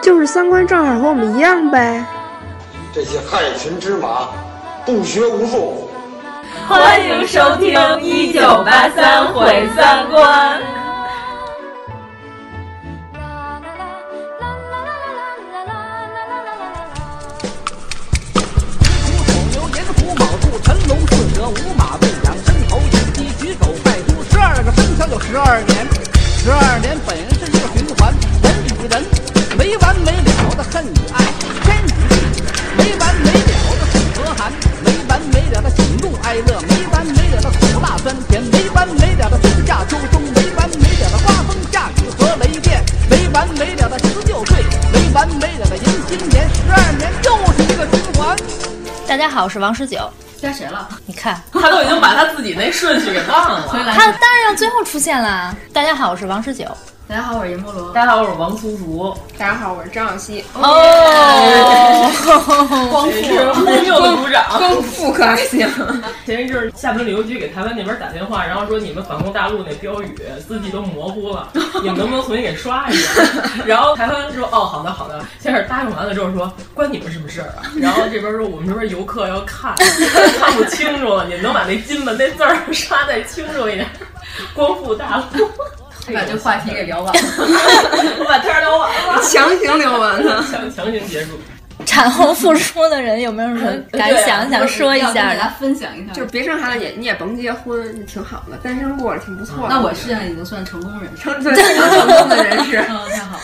就是三观正好和我们一样呗。这些害群之马，不学无术。欢迎收听《一九八三毁三观》。十二年，十二年本是一个循环，人与人没完没了的恨与爱，天与地没完没了的苦和寒，没完没了的喜怒哀乐，没完没了的苦辣酸甜，没完没了的春夏秋冬，没完没了的刮风下雨和雷电，没完没了的辞旧岁，没完没了的迎新年，十二年又是一个循环。大家好，我是王十九。该谁了？你看，他都已经把他自己那顺序给忘了。他当然要最后出现了。大家好，我是王十九。大家好，我是阎摩罗。大家好，我是王苏竹。大家好，我是张小希。哦，光复忽悠的鼓掌，光复可还 行。前一阵儿，厦门旅游局给台湾那边打电话，然后说你们反攻大陆那标语字迹都模糊了，你们能不能重新给刷一下？ 然后台湾说哦，好的好的。先是答应完了之后说关你们什么事儿啊？然后这边说我们这边游客要看， 看不清楚了，你们能把那金门那字儿 刷再清楚一点，光复大陆。把这话题给聊完了， 我把天儿聊完了，强行聊完了， 强强行结束。产后复出的人有没有什么 感想？想说一下，啊大家分享一下。就是别生孩子也你也甭结婚，挺好的，单身过着挺不错的。哦那我现在已经算成功人士，哦对，成功的人 士，太好了。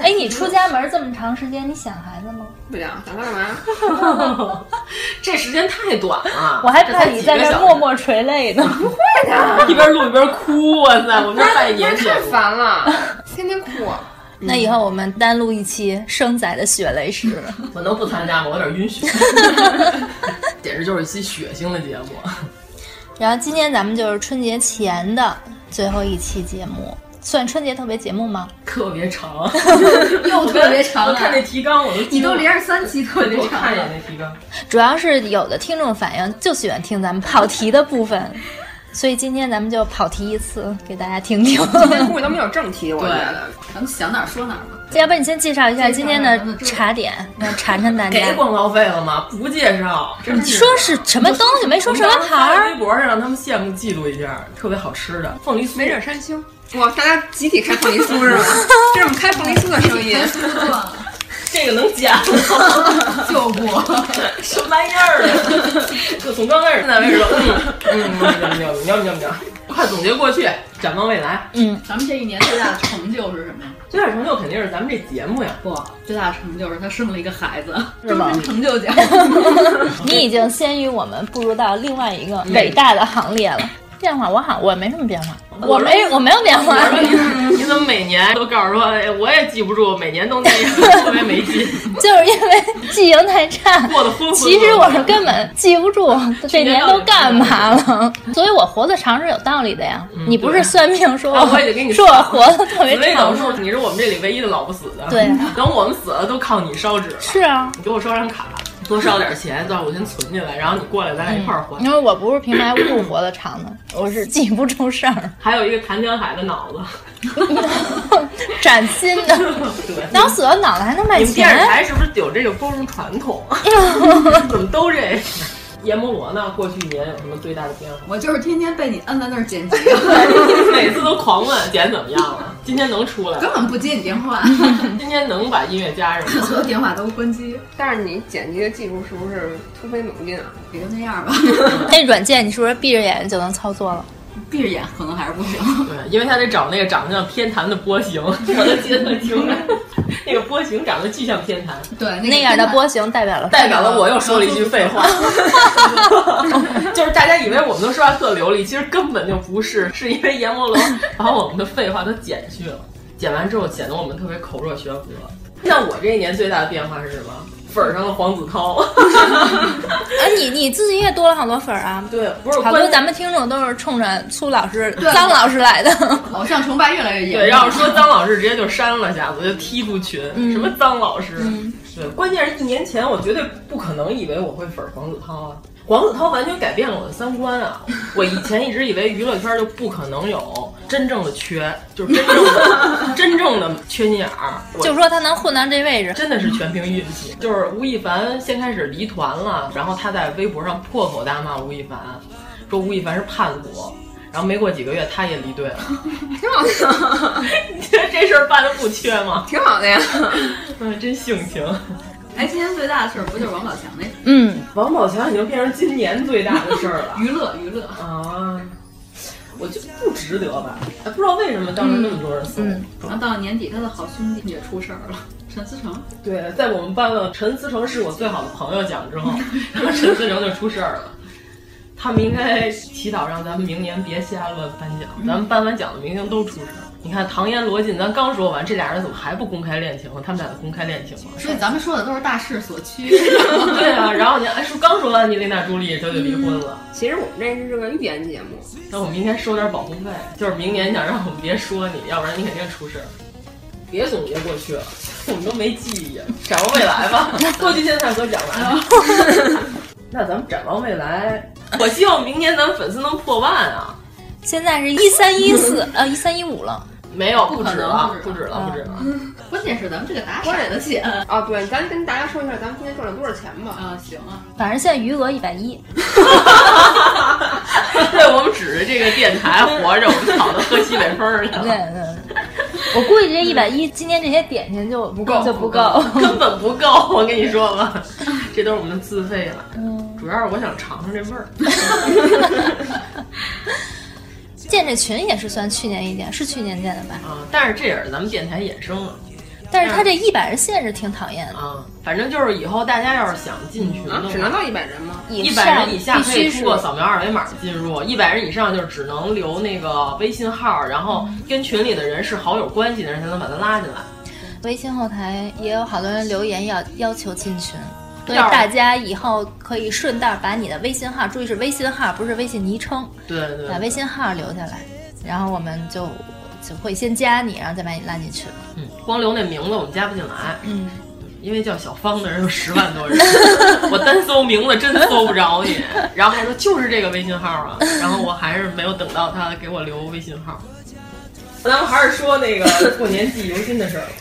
哎，你出家门这么长时间，你想孩子吗？不想，想干嘛？这时间太短了， 我还怕你在这默默垂泪呢。不会的，一边录一边哭，哇塞！我们这半年太烦了，天天哭。那以后我们单录一期生仔的血泪 史。我能不参加吗？我有点晕血， 简直就是一期血腥的节目。然后今天咱们就是春节前的最后一期节目。算春节特别节目吗？特别长，又特别长、啊。我看那提纲，我都你都连着三期特别长。我看一眼那提纲，主要是有的听众反映就喜欢听咱们跑题的部 分，所以今天咱们就跑题一次，给大家 听听。今天估计都没有正题，我觉得。咱们想哪儿说哪儿吧。要不你先介绍一下嗯今天的茶点，让馋馋大家。给广告费了吗？不介绍，真说是什么东西，没说什么牌儿。微博上让他们羡慕嫉妒一下，特别好吃的凤梨酥，梅热山丘。哇！大家集体开凤梨酥是吗？这是我们开凤梨酥的声音。这个能剪吗？救我！什么玩意儿啊？就从刚开始那位说，嗯嗯，喵喵喵喵喵，快总结过去，展望未来。嗯，咱们这一年最大的成就是什么呀？最大成就肯定是咱们这节目呀！不，最大的成就是他生了一个孩子，是吗？成就奖。 你已经先于我们步入到另外一个伟大的行列了。变化，我好，我没什么变化，我没，我没有变化。你怎么每年都告诉说，哎，我也记不住，每年都那样，特别没劲， 就是因为记性太差，过得昏昏。其实我是根本记不住这年都干嘛了，所以我活得长是有道理的呀。嗯、啊你不是算命说我，我也得给你说我活得特别长。数，你是我们这里唯一的老不死的。对、啊，等我们死了都靠你烧纸了。是啊，你给我烧张卡。多烧点钱，到时候我先存起来，然后你过来，咱俩一块儿还、嗯。因为我不是平白无故活得长的，我是记不住事儿。 还有一个谭江海的脑子，崭新的。然后死了脑袋还能卖钱。你们电视台是不是有这个公众传统？怎么都这 样？阎摩罗呢？过去一年有什么最大的变化？我就是天天被你摁在那儿剪辑， 每次都狂问剪怎么样了，今天能出来？根本不接你电话， 今天能把音乐加上吗？所有电话都关机。但是你剪辑的技术是不是突飞猛进啊？也就那样吧。 那软件你是不是闭着眼就能操作了？闭着眼可能还是不行。 对，因为他得找那个长得像偏袒的波形，让他接得清。 那个波形长得巨像偏袒，对，那个、那样的波形代表了代表了我又说了一句废话， 就是大家以为我们都说话特流利，其实根本就不是，是因为阎摩罗把我们的废话都剪去了。剪完之后剪得我们特别口若悬河。像我这一年最大的变化是什么？粉儿上了黄子 韬。啊，你你自己也多了好多粉儿啊！哎对，不是好关多键咱们听众都是冲着苏老师、对张老师来的。偶像崇拜越来越严重。对，要是说张老师直接就删了，下次就踢出群。什么张老师？对，关键是一年前我绝对不可能以为我会粉黄子韬啊，黄子韬完全改变了我的三观啊！我以前一直以为娱乐圈就不可能有真正的缺，就是真正的真正的缺心眼儿，我就说他能混到这位置，真的是全凭运气。 就是吴亦凡先开始离团了，然后他在微博上破口大骂吴亦凡，说吴亦凡是叛国。然后没过几个月，他也离队 了。挺好的，你觉得 这事儿办的不缺 吗？挺好的呀。 嗯，真性情。哎，今年最大的事儿不就是王宝强那事儿嗯，王宝强已经变成今年最大的事儿了 娱乐娱乐，啊！我就不值得吧？哎，不知道为什么当时那么多人送。嗯然后到了年底，他的好兄弟也出事儿了，陈思诚。对，在我们颁了陈思诚是我最好的朋友奖之后，然后陈思诚就出事儿了。他们应该祈祷让咱们明年别瞎乱颁奖，咱们颁完奖的明星都出事儿。你看唐嫣、罗晋，咱刚说完，这俩人怎么还不公开恋情？他们俩的公开恋情吗？所以咱们说的都是大势所 趋。 对啊，然后你哎，是刚说完妮丽娜·朱莉，她就离婚了。嗯其实我们这是个预言节目，那我们应该收点保护费，就是明年想让我们别说你，要不然你肯定出事儿。别总结过去了， 我们都没记忆， 展望未来吧。啊过去、现在和将来。 那咱们展望未来， 我希望明年咱们粉丝能破万啊！现在是一三一四，呃，一三一五了。没有，不不可止能了，不不止止了，不啊止了。关键是咱们这个打赏的钱啊，对，咱跟大家说一下，咱们今天赚了多少钱吧。啊，行啊，反正现在余额一百一， 对，我们指着这个电台活着，我们跑到喝西北风儿去对了，对。对我估计这一百一，今天这些点心就不够，就不够。根本不够。 我跟你说吧，这都是我们自费了。嗯，主要是我想尝尝这味儿。 建这群也是算去年一点，是去年建的吧？啊，但是这也是咱们电台衍生的但是他这一百人线是挺讨厌的，啊。反正就是以后大家要是想进群啊的，只话，能到一百人吗？以一百上人以下必可以须通是过扫描二维码进入，一百人以上就是只能留那个微信号，然后嗯跟群里的人是好友关系的人才能把他拉进来。微信后台也有好多人留言要要求进群，所以要大家以后可以顺道把你的微信号，注意是微信号，不是微信昵称，对对把微信号留下来，然后我们就就会先加你，然后再把你拉进群。嗯，光留那名字我们加不进来，嗯，因为叫小芳的人有十万 多人，我单搜名字真搜不着你。然后还说就是这个微信号啊，然后我还是没有等到他给我留微信号。咱们还是说那个过年记忆犹新的事 儿吧。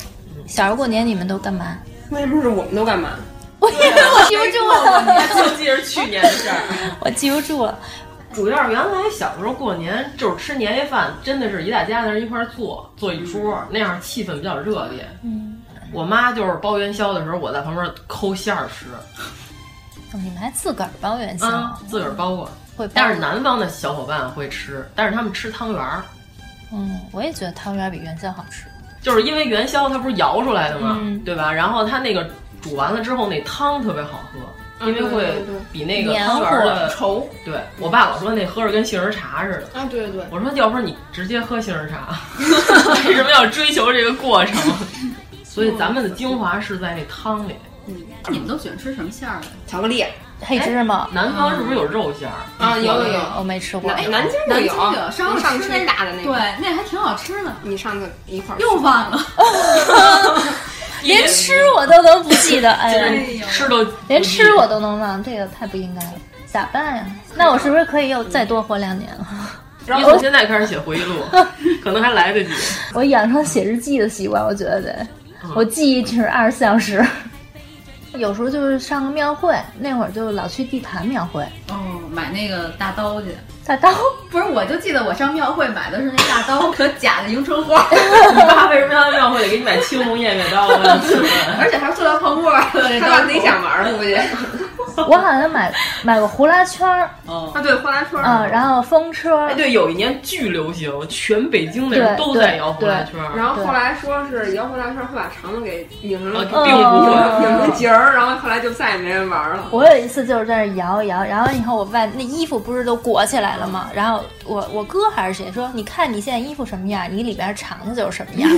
小时候过年你们都干嘛？为什么是我们都干嘛？ 我以为我哎记不住了，就记着去年的事儿。 我记不住了。 主要是原来小时候过年就是吃年夜饭，真的是一大家子人一块儿坐坐一桌，那样气氛比较热烈。嗯，我妈就是包元宵的时候，我在旁边抠馅儿吃哦你们还自个儿包元宵，啊，自个儿包过。会包？但是，南方的小伙伴会吃，但是他们吃汤圆儿，嗯，我也觉得汤圆比元宵好吃。就是因为元宵它不是摇出来的嘛，嗯对吧？然后它那个煮完了之后，那汤特别好喝，因为会嗯对对对比那个黏汤圆儿的糊稠。对我爸老说那喝着跟杏仁茶似的。啊，对对对，我说，要不然你直接喝杏仁茶， 为什么要追求这个过程？ 所以咱们的精华是在那汤里。嗯你们都喜欢吃什么馅儿的？巧克力哎黑芝麻南方是不是有肉馅儿？啊，有有有，我没吃过。南南京的哎南有京的，，上上次次吃吃那大的那对个，，那还挺好吃呢。你上次一块儿又忘 了， 连吃我都能不记得，哎呀，呦吃都连吃我都能忘，这个太不应该了，咋办呀？那我是不是可以又再多活两年了？ 你从现在开始写回忆录，可能还来得及。我养成写日记的习惯，我觉得得，我记忆是二十四小时。 有时候就是上个庙会，那会儿就老去地坛庙会，哦，买那个大刀去。大刀不是，我就记得我上庙会买的是那大刀和假的迎春花， 你爸为什么要在庙会里给你买 青龙偃月刀呢？ 而且还是塑料泡沫儿的那他刀爸自己想玩儿，估计 我好像买买过呼啦圈儿， 啊，对，呼啦圈儿嗯，然后风车，哎，对，有一年巨流行，全北京的对人都在对摇呼啦对圈儿。然后后来说是摇呼啦圈儿会把肠子给拧成了啊拧哦拧拧成结儿，然后后来就再也没人玩儿了。我有一次就是在那儿摇摇，然后以后我外那衣服不是都裹起来了吗？然后我我哥还是谁说，你看你现在衣服什么样，你里边肠子就是什么样，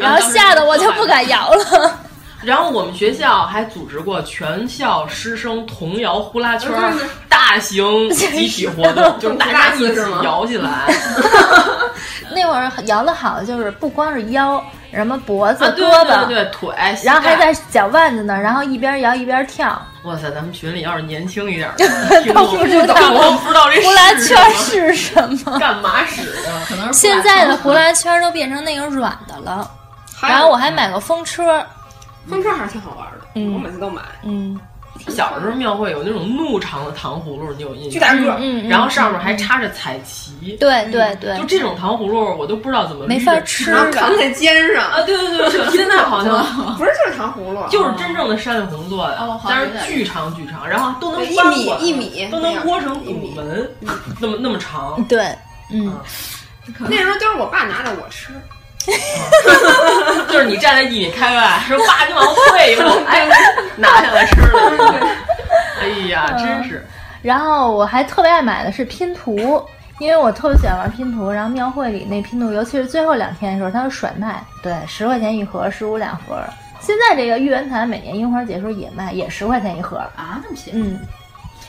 然后吓得我就不敢摇了。然后我们学校还组织过全校师生童谣呼啦圈啊儿对对对大型集 体活动，就是大家一起摇起来。 啊那会儿摇的好的就是不光是腰，什么脖子、啊，对胳对对膊，对，腿，膝然后还盖在脚腕子那儿，然后一边摇一边跳，哇塞，咱们群里要是年轻一点儿 的，听众都不知道根本不知道这呼啦哎是圈什是什么么？干嘛使的。可能是现在的呼啦圈都变成那种软的了。还有然后我还买过风车，风车还是挺好玩儿的，嗯我每次都买，嗯小时候庙会有那种怒长的糖葫芦，你有印巨象？大个嗯儿，嗯，然后上面还插着彩旗。对对对就，这种糖葫芦，我都不知道怎么捋没法吃哦然后扛在肩啊！上，对对对 对，现在好嗯像不是就是糖葫芦，就是真正的山里红做的哦，好但像是巨长巨长，然后都能一翻米过来一米都能窝成一拱米门，那么那么长。 对，嗯，那时候都是我爸拿着我吃，就是你站在地里开外，说爸，你往后退一 步，哎，拿下来吃了。哎嗯呀，真是然后我还特别爱买的是拼图，因为我特别喜欢玩拼图。然后庙会里那拼图，尤其是最后两天的时候，它有甩卖，对，十块钱一盒，十五两盒。现在这个玉渊潭每年樱花节时候也卖，也十块钱一盒。啊，那么便宜，嗯，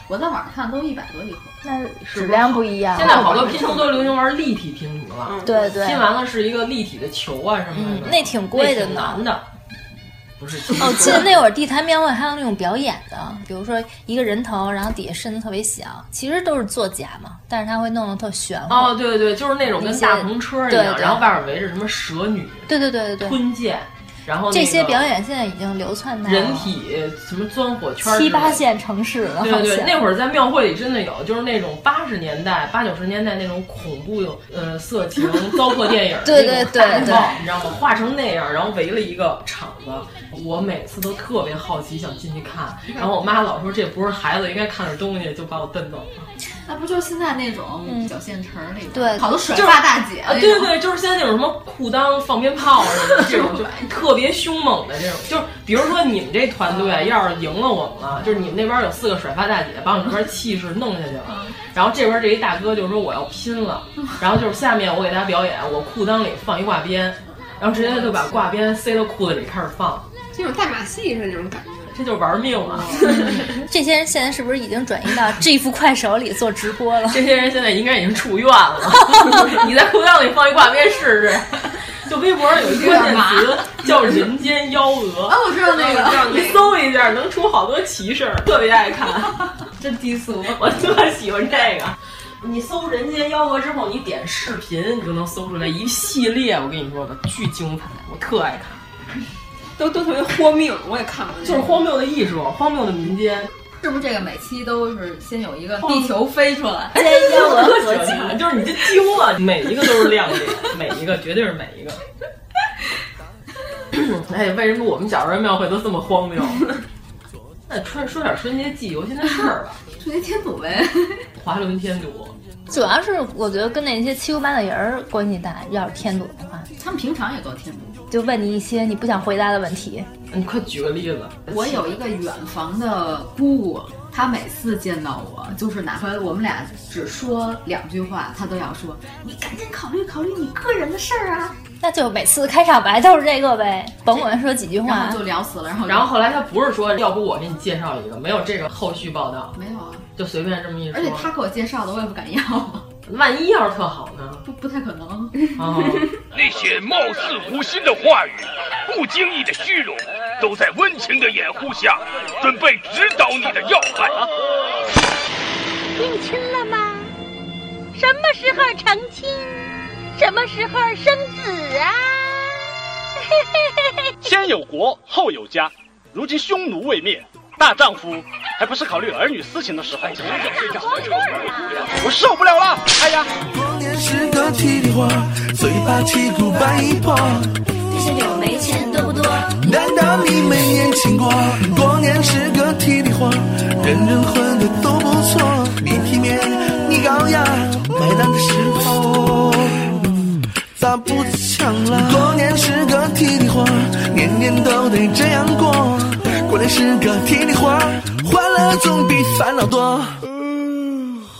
我在网上看都一百多一盒。那质量不一样。现在好多拼图都流行玩立体拼图了，嗯，嗯对对，拼完了是一个立体的球啊什么嗯的，，那挺贵的那挺呢。难的，不是哦，我记得那会儿地坛庙会还有那种表演的，比如说一个人头，然后底下身子特别小，其实都是作假嘛，但是他会弄得特玄乎。哦，对对，就是那种跟大篷车一那样，些然后外面围着什么蛇女、对对对对对，吞剑，然后那这个些表演现在已经流窜到人体什么钻火圈儿之类七的八。线城市了，对对对，那儿会儿在庙会里真的有，就是那种八十年代、八九十年代那种恐怖呃色情 糟粕电影儿对那种对大对字报，你知道吗？画成那样，然后围了一个场子，我每次都特别好奇想进去看，然后我妈老说这不是孩子应该看的东西，就把我蹬走了。那不就是现在那嗯种小县城里边，对好多甩发大姐啊，那对种对对，就是现在那种什么裤裆放鞭炮什么的，这种就特别凶猛的这种，就是比如说你们这团队要是赢了我们了，就是你们那边有四个甩发大姐把我们这边气势弄下去了， 然后这边这一大哥就说我要拼了，然后就是下面我给大家表演，我裤裆里放一挂鞭，然后直接就把挂鞭塞到裤子里开始放，这种代码戏是那种感觉。这就是玩命啊！这些人现在是不是已经转移 到这副快手里做直播了？ 这些人现在应该已经出院了。你在裤裆里放一挂鞭试试。就微博上有一关键词叫“人间幺蛾”，啊，我知 道那个，嗯你 搜一下，能出好多奇事儿，特别爱看，真低俗，我特喜欢这个。你搜“人间妖魔”之后，你点视频，你就能搜出来一系列。我跟你说吧，巨精彩，我特爱看。都都特别豁命，我也看过那种，就是荒谬的艺术，荒谬的民间，是不是这个每期都是先有一个地球飞出哦来？今天 幺蛾特喜欢，就是你就惊了，每一个都是亮点，每一个绝对是每一个。 哎，为什么我们小时候庙会都这么荒谬？那春说点春节记忆犹新的事儿吧，春节添堵呗。华伦天奴。主要是我觉得跟那些七姑八大姨儿关系大，要是添堵的话，他们平常也够添堵。就问你一些你不想回答的问题。你快举个例子。我有一个远房的姑姑，她每次见到我，就是哪怕我们俩只说两句话，她都要说：“你赶紧考虑考虑你个人的事儿啊。那就每次开场白都是这个呗，甭管说几句”然话后。就聊死了。然后然后后来他不是说，要不我给你介绍一个，没有这个后续报道，没有啊，就随便这么一说。而且她给我介绍的，我也不敢要， 万一要是特好 呢？不不太可能。啊、那些貌似无心的话语，不经意的虚荣，都在温情的掩护下，准备指导你的要害。定亲了吗？什么时候成亲？什么时候生子啊？ 嘿嘿嘿嘿。先有国，后有家。如今匈奴未灭，大丈夫还不是考虑儿女私情的哎时候？我受不了了！哎呀！光年是个体力活，嘴巴七苦八一破。这是柳眉钱多不多？嗯难道你没眼睛？醒过，多年是个体力活，人人混的都不错。你体面，你高雅，买单的时候咋不抢了？多年是个体力活，年年都得这样过。过年是个体力活，欢乐总比烦恼多。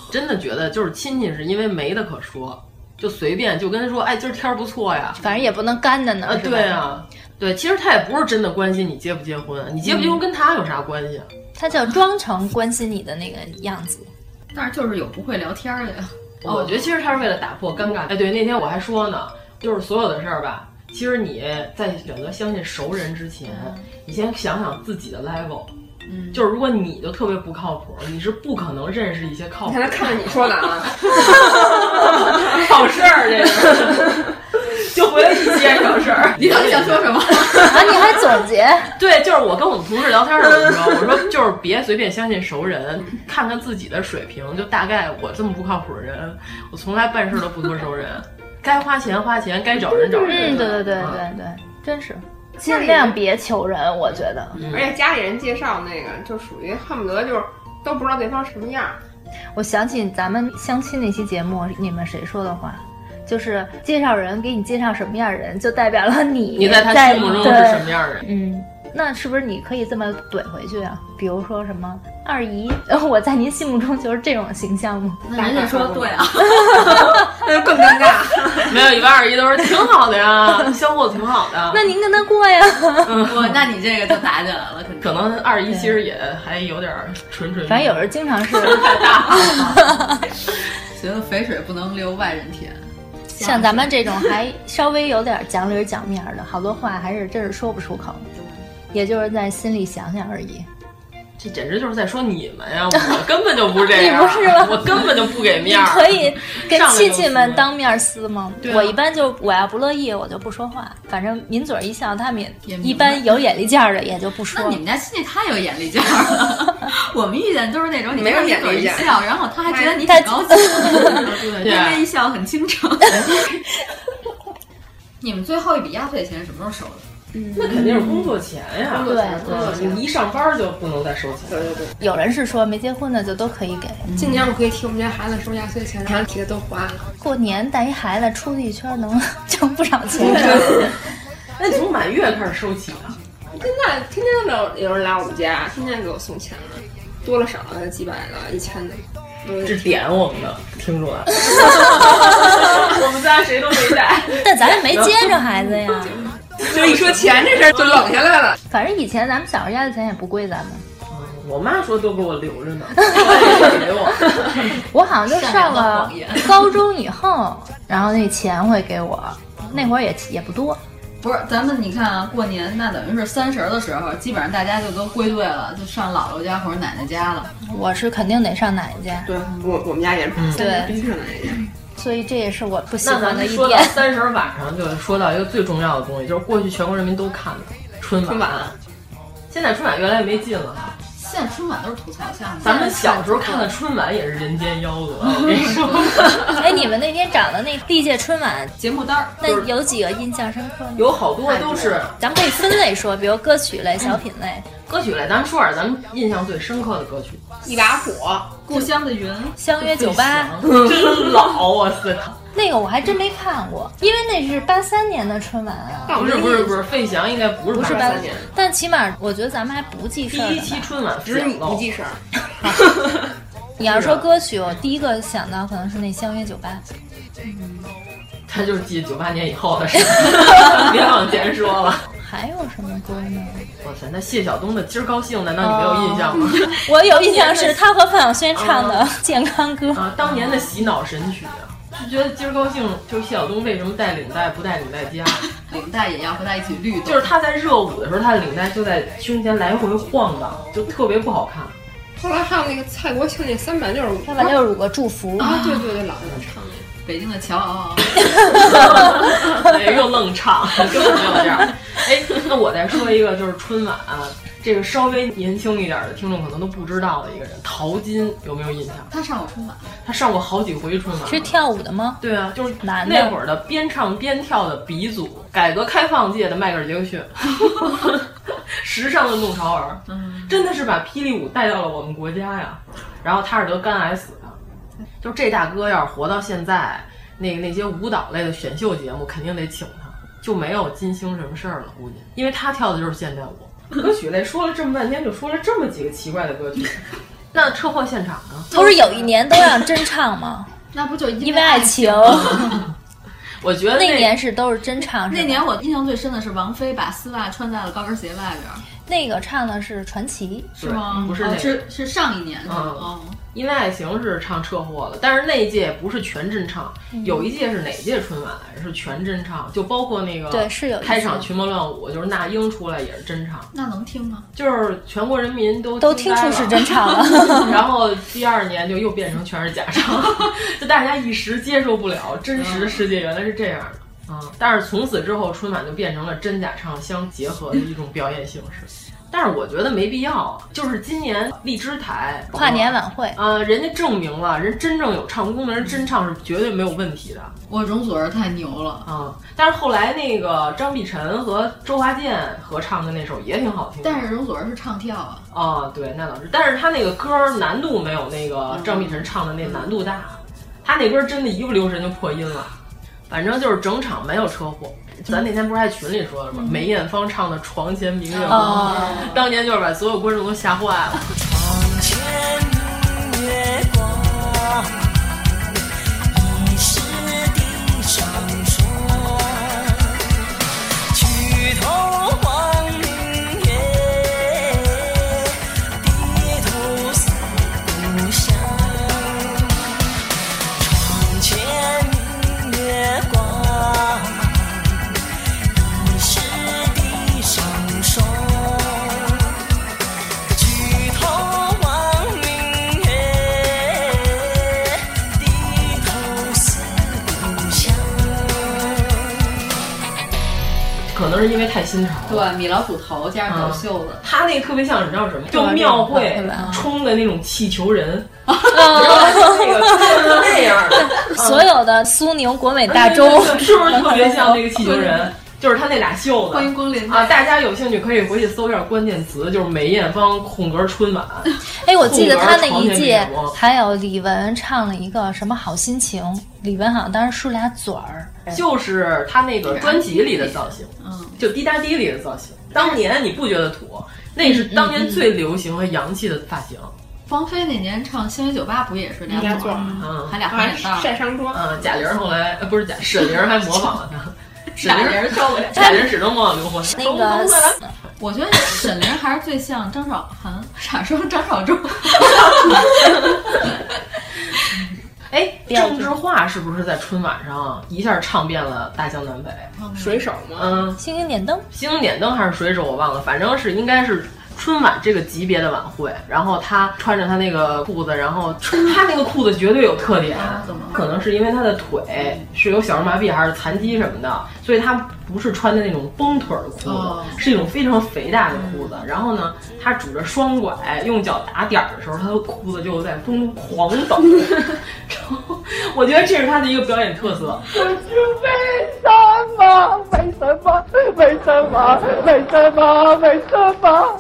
真的觉得就是亲戚是因为没的可说，就随便就跟他说，哎，今儿天儿不错呀，反正也不能干着呢。啊，是吧对啊，对，其实他也不是真的关心你结不结婚，啊你结不结婚跟他有啥关系啊？他叫装成关心你的那个样子。但是就是有不会聊天的呀。哦，我觉得其实他是为了打破尴尬。哎，对，那天我还说呢，就是所有的事儿吧，其实你在选择相信熟人之前，嗯你先想想自己的 level。嗯，就是如果你就特别不靠谱，你是不可能认识一些靠谱。你看他看着你说的啊， 好事儿这个， 就回来一件小事儿。你到底想说什么？啊，你还总结？ 对，就是我跟我的同事聊天的时候，我说就是别随便相信熟人，看看自己的水平。就大概我这么不靠谱的人，我从来办事都不托熟人，该花钱花钱，该找人找人。嗯，对对对嗯对对，真是尽量别求人，我觉得。而且家里人介绍那个，就属于恨不得就是都不知道对方什么样儿。我想起咱们相亲那期节目，你们谁说的话？就是介绍人给你介绍什么样的人，就代表了你你在在他心目中是什么样的人对嗯，那是不是你可以这么怼回去啊？比如说什么二姨， 我在您心目中就是这种形象吗？那人家说对啊，那就更尴尬。没有一般二姨都说挺好的呀，相互挺好 的。那您跟他过呀？我那你这个就打起来了，肯定。可能二姨其实也还有点儿蠢蠢欲动，反正有人经常是觉得肥水不能流外人田。像咱们这种还稍微有点讲理儿讲面儿的，好多话还是真是说不出口，也就是在心里想想而已。这简直就是在说你们呀！我根本就不这 样，你不是吗我根本就不给面儿。可以跟上来就亲戚们当面撕吗？对啊我一般就我要不乐意，我就不说话，反正抿嘴一笑，他们也一般有眼力见儿的也就不说。那你们家亲戚太有眼力见儿了， 我们遇见都是那种你没有跟眼他力一见儿哎笑，然后他还觉得你他挺高兴的， 对微啊微一笑很倾城。 你们最后一笔压岁钱什么时候收的？那肯定是工作前呀，对对嗯你一上班就不能再收钱。对对对，有人是说没结婚的就都可以给，今年我可以替我们家孩子收压岁钱，啊然后提的都花了。过年带一孩子出去一圈能 挣不少钱。啊那你从满月开始收起啊？现在天天都有有人来我们家，天天给我送钱了，多了少了几百个、一千 的。嗯这点我们的听出来，我们仨谁都没带。 但咱也没接着孩 子呀，就一说钱这事儿就冷下来了。反正以前咱们小时候压岁钱也不归咱们。我妈说都给我留着呢，我也没给我。我好像就上了善良的谎言高中以后，然后那钱会给我，那会儿也也不多。不是，咱们你看啊，过年那等于是三十儿的时候，基本上大家就都归队了，就上姥姥家或者奶奶家了。我是肯定得上奶奶家，对我我们家也是，嗯对必须上奶奶家。所以这也是我不喜那咱欢的们一说到点。三十晚上，就说到一个最重要的东西，就是过去全国人民都看的春晚。春晚现在春晚越来越没劲了哈。现在春晚都是吐槽项目，咱们小时候看的春晚也是人间妖讹，我跟你说， 哎，你们那天找的那历届春晚，节目单儿，那有几个印象深刻呢？有好多都是咱们可以分类说，比如歌曲类、小品类、嗯歌曲类。咱们说点咱们印象最深刻的歌曲，一把火，故乡的云，相约酒吧， 真老，啊哇塞！那个我还真没看过，因为那是八三年的春晚啊，但我不们是不是不是，是，费翔应该不是不是八八三三年年。但起码我觉得咱们还不记第事儿一呢期春晚只是你讲到 你记事儿。你要说歌曲，我第一个想到可能是那《相约酒吧他就是记九八年以后的事，别往前说了。》，还有什么歌呢？哇塞，那谢晓东的《今儿高兴》，难道你没有印象吗？我有印象是他和范晓萱唱的健康歌，啊，当年的洗脑神曲啊，就觉得今儿高兴，就是谢晓东为什么带领带不带领带夹，领带也要和他一起绿豆，就是他在热舞的时候，他的领带就在胸前来回晃荡，就特别不好看。后来还有那个蔡国庆那三百六十五，三百六十五个祝福。啊，对对对，老有人唱那个。北京的哦乔嗷嗷，对，又愣唱，根本没有这样。哎，那我再说一个，就是春晚、啊这个稍微年轻一点的听众可能都不知道的一个人，陶晶有没有印象？他上过春晚，他上过好几回春晚。是跳舞的吗？对啊，就是男的那会儿的边唱边跳的鼻祖，改革开放界的迈克尔·杰克逊，时尚的弄潮儿，嗯真的是把霹雳舞带到了我们国家呀。然后他是得肝癌死的，啊就这大哥要是活到现在，那那些舞蹈类的选秀节目肯定得请他，就没有金星什么事儿了，估计，因为他跳的就是现代舞。歌曲类说了这么半天，就说了这么几个奇怪的歌曲， 那车祸现场呢？不是有一年都让真唱 吗？那不就因为爱情？我觉得 那年是都是真唱。是吧那年我印象最深的是王菲把丝袜穿在了高跟鞋外边儿，那个唱的是传奇，是吗？不是哦那是是上一年的嗯哦。因为爱情是唱车祸了，但是那一届不是全真唱，嗯有一届是哪届春晚来着？是全真唱，就包括那个对是有一届开场群魔乱舞，就是那英出来也是真唱，那能听吗？就是全国人民都都听呆听出是真唱了然后第二年就又变成全是假唱，就大家一时接受不了真实世界原来是这样的。啊！但是从此之后，春晚就变成了真假唱相结合的一种表演形式。但是我觉得没必要，就是今年荔枝台跨年晚 会，呃，人家证明了，人真正有唱功的人真唱是绝对没有问题的。我容祖儿太牛了啊！但是后来那个张碧晨和周华健合唱的那首也挺好听的。但是容祖儿是唱跳啊，哦，对，那倒是，但是他那个歌儿难度没有那个张碧晨唱的那难度大，啊他那歌儿真的一不留神就破音了。反正就是整场没有车祸。咱那天不是还群里说了吗？梅艳芳唱的《床前明月光》嗯哦当年就是把所有观众都吓坏了。月光，疑是地上霜。举头望明月，低头思故乡。床前明月光，疑是地上霜。举头望明月，低头思故乡。可能是因为太新潮了。对，米老鼠头加上狗袖子，他那个特别像你知道什么？就庙会嗯冲的那种气球人，哦 就是那样的 所有的苏宁、国美、 大对中对对 是不是特别像那个气球 人？就是他那俩袖子。欢迎光临啊！大家有兴趣可以回去搜一下关键词，就是梅艳芳空格春晚。哎，我记得他那一届空格床前明月 光还有李玟唱了一个什么好心情，李玟好像当时梳俩嘴儿， 就是他那个专辑里的造型，嗯，就滴答滴里的造型。当年你不觉得土？那是当年最流行和洋气的发型。王菲那年唱《星约酒吧》不也是俩嘴儿吗，还俩红脸蛋儿，晒伤妆。嗯，贾玲后来呃不是贾沈玲还模仿了他，沈贾玲玲受不了贾玲始终模仿刘欢。嗯那个我觉得沈凌还是最像张韶涵，啥说张绍忠？哎，郑智化是不是在春晚上一下唱遍了大江南北？水手吗？嗯，星星点灯，星星点灯还是水手，我忘了，反正是应该是。春晚这个级别的晚会，然后他穿着他那个裤子，然后他那个裤子绝对有特点，可能是因为他的腿是有小儿麻痹还是残疾什么的，所以他不是穿的那种绷腿儿的裤子，哦是一种非常肥大的裤子。然后呢，他拄着双拐用脚打点儿的时候，他的裤子就在风中狂抖。 然后我觉得这是他的一个表演特色。为什么？为什么？为什么？为什么？为什么？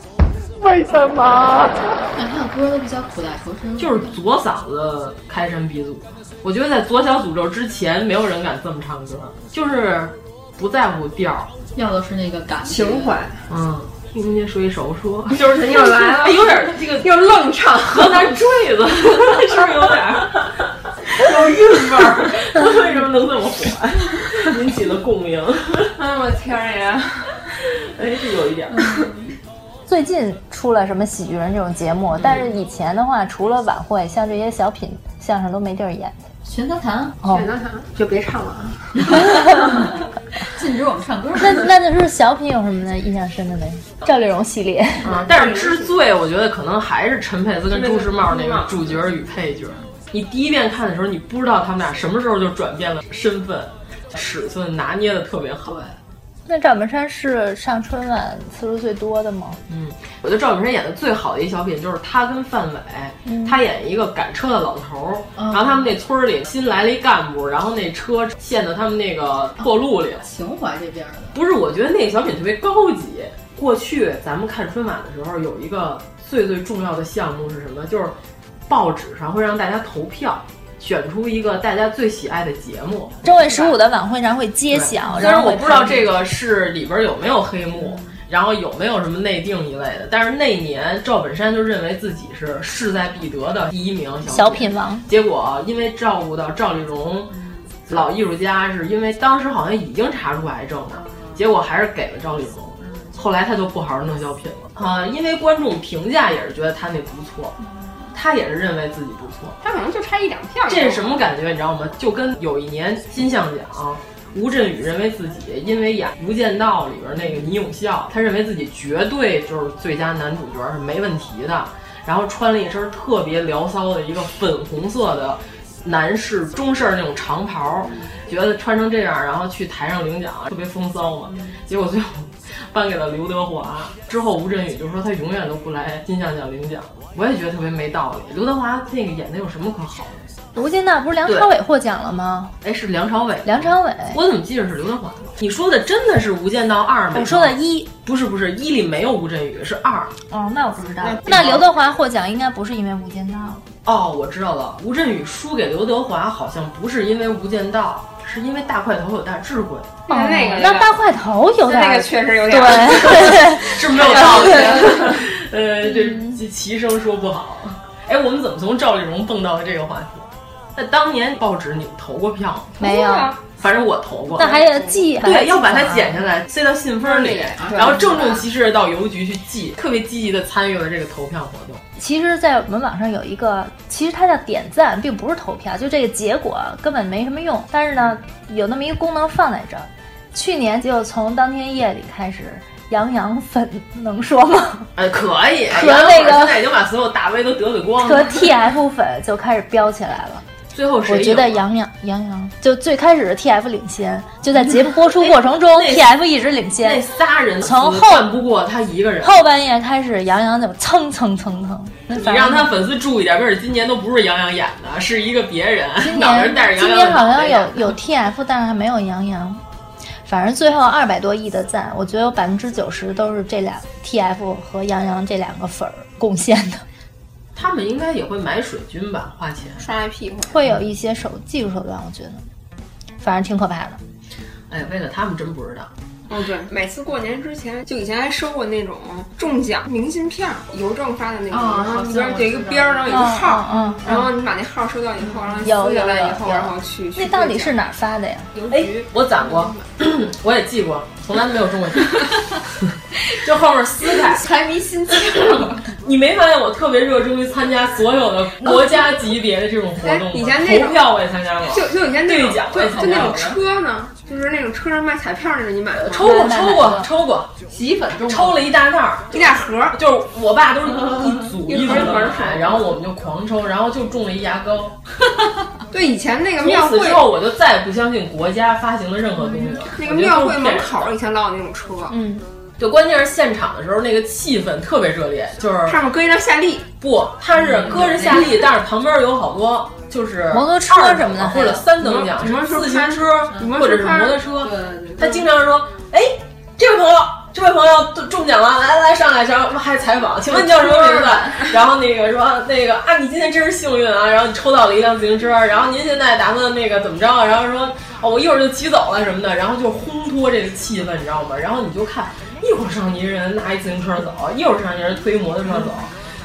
为什么？那他的歌都比较苦大仇深，就是左嗓子开山鼻祖。我觉得在左小诅咒之前，没有人敢这么唱歌，就是不在乎调，要的是那个感觉情怀。嗯，听街水手 说，就是他又来了哎有点 这个又愣唱河南坠 子，是不是有点儿有韵味儿？为什么能这么火？引起了共鸣。哎我天呀！哎，是有一点儿。最近出了什么喜剧人这种节目，但是以前的话，除了晚会，像这些小品、相声都没地儿 演。 玄德谈，哦选择他就别唱了啊！禁止我们唱歌。那那就是小品有什么呢？印象深的没？赵丽蓉系列， 啊，但是之最，我觉得可能还是陈佩斯跟朱时茂那个主角与配角。你第一遍看的时候，你不知道他们俩什么时候就转变了身份，尺寸拿捏的特别好。那赵本山是上春晚次数最多的吗？嗯，我觉得赵本山演的最好的一小品就是他跟范伟，嗯他演一个赶车的老头儿，嗯然后他们那村儿里新来了一干部，然后那车陷到他们那个破路里了。情怀这边的，不是，我觉得那个小品特别高级。过去咱们看春晚的时候，有一个最最重要的项目是什么？就是报纸上会让大家投票，选出一个大家最喜爱的节目。正月十五的晚会上会揭晓，虽然然后我会不知道看嗯这个是里边有没有黑幕，然后有没有什么内定一类的，但是那年赵本山就认为自己是势在必得的第一名小品品王，结果因为照顾到赵丽蓉老艺术家，是因为当时好像已经查出癌症了，结果还是给了赵丽蓉。后来他就不好好弄小品了啊，因为观众评价也是觉得他那不错，他也是认为自己不错。他可能就差一两票。这是什么感觉？你知道吗？就跟有一年金像奖，吴镇宇认为自己因为演《无间道》里边那个倪永孝，他认为自己绝对就是最佳男主角是没问题的，然后穿了一身特别聊骚的一个粉红色的男士中式那种长袍，觉得穿成这样，然后去台上领奖特别风骚嘛。结果最后颁给了刘德华，之后吴镇宇就说他永远都不来金像奖领奖，我也觉得特别没道理。刘德华那个演的有什么可好的？ 《无间道》不是梁朝伟获奖了吗？哎，是梁朝伟。梁朝伟，我怎么记着是刘德华呢？你说的真的是《无间道二》吗？我说的一，不是不是，一里没有吴镇宇，是二。哦，那我不知道那。那刘德华获奖应该不是因为《无间道》，哦，我知道了，吴镇宇输给刘德华好像不是因为《无间道》，是因为大块头有大智慧。哦那大块头有点儿，那个确实有点儿对，嗯是没有道理。 呃，这这齐声说不好。哎，我们怎么从赵丽蓉蹦到了这个话题？那当年报纸你们投过票吗？ 没有反正我投过。那还啊得寄，对，要把它剪下来，塞到信封里，对然后郑重其事的到邮局去寄，特别积极的参与了这个投票活动。其实，在我们网上有一个，其实它叫点赞，并不是投票，就这个结果根本没什么用。但是呢，有那么一个功能放在这儿。去年就从当天夜里开始，杨洋粉能说吗？ 呃，可以，和杨那个老师现在已经把所有大 V 都得罪光和了。 TF 粉就开始飙起来了。最后谁我觉得赢了杨洋杨洋就最开始是 TF 领先，就在节目播出过程中哎那，TF 一直领先。那仨人从后干不过他一个人，后半夜开始，杨洋就蹭蹭蹭蹭。那你反让正他粉丝注意点，而且今年都不是杨洋演的，是一个别人，今脑门年带着今杨洋年的好脑袋像演有有 TF，但是还没有杨洋。反正最后二百多亿的赞，我觉得有百分之九十都是这俩 TF 和杨洋这两个粉儿贡献的。他们应该也会买水军吧，花钱刷一屁股。会有一些手技术手段，我觉得，反正挺可怕的。哎，为了他们真不知道。哦，对，每次过年之前，就以前还收过那种中奖明信片儿，邮政发的那种，哦然后好一像边我有一个知道边儿，然后有一个嗯号儿，嗯嗯然后你把那号儿收到以后，然后你有撕下有来以有后，有然后去去那到底兑是奖哪儿发的呀？哎，我攒过， 我也寄过，从来没有中过奖。 就后面撕开，财迷心窍。你没发现我特别热衷于参加所有的国家级别的这种活动吗？哎以前那种投票我也参加过，就就以前那种兑奖我对也，就参那加种过。车呢，就是那种车上卖彩票那种，你买了吗抽过，抽过，抽过，洗衣粉中抽了一大袋儿，一大盒，就是我爸都是一组一一组盒一盒的抽买，然后我们就狂抽，然后就中了一牙膏。对，以前那个 庙从会此之后，我就再也不相信国家发行的任何东西了。嗯那个庙会门口儿以前老有那种车，嗯，就关键是现场的时候，那个气氛特别热烈，就是上面搁一张夏利，不，它是搁着夏利，但是旁边有好多就是嗯摩托车二等啊什么的或者三等奖，还什有么自行车摩托车或者是摩摩托车托车，他经常说：“哎，这位朋友，这位朋友中中奖了，来来上来，然后还采访，请问你叫什么名字？”然后那个说那个啊，你今天真是幸运啊，然后你抽到了一辆自行车，然后您现在打算那个怎么着啊？然后说哦，我一会儿就骑走了什么的，然后就烘托这个气氛，你知道吗？然后你就看一会儿上一人拿一自行车走，一会儿上一人推摩托车走，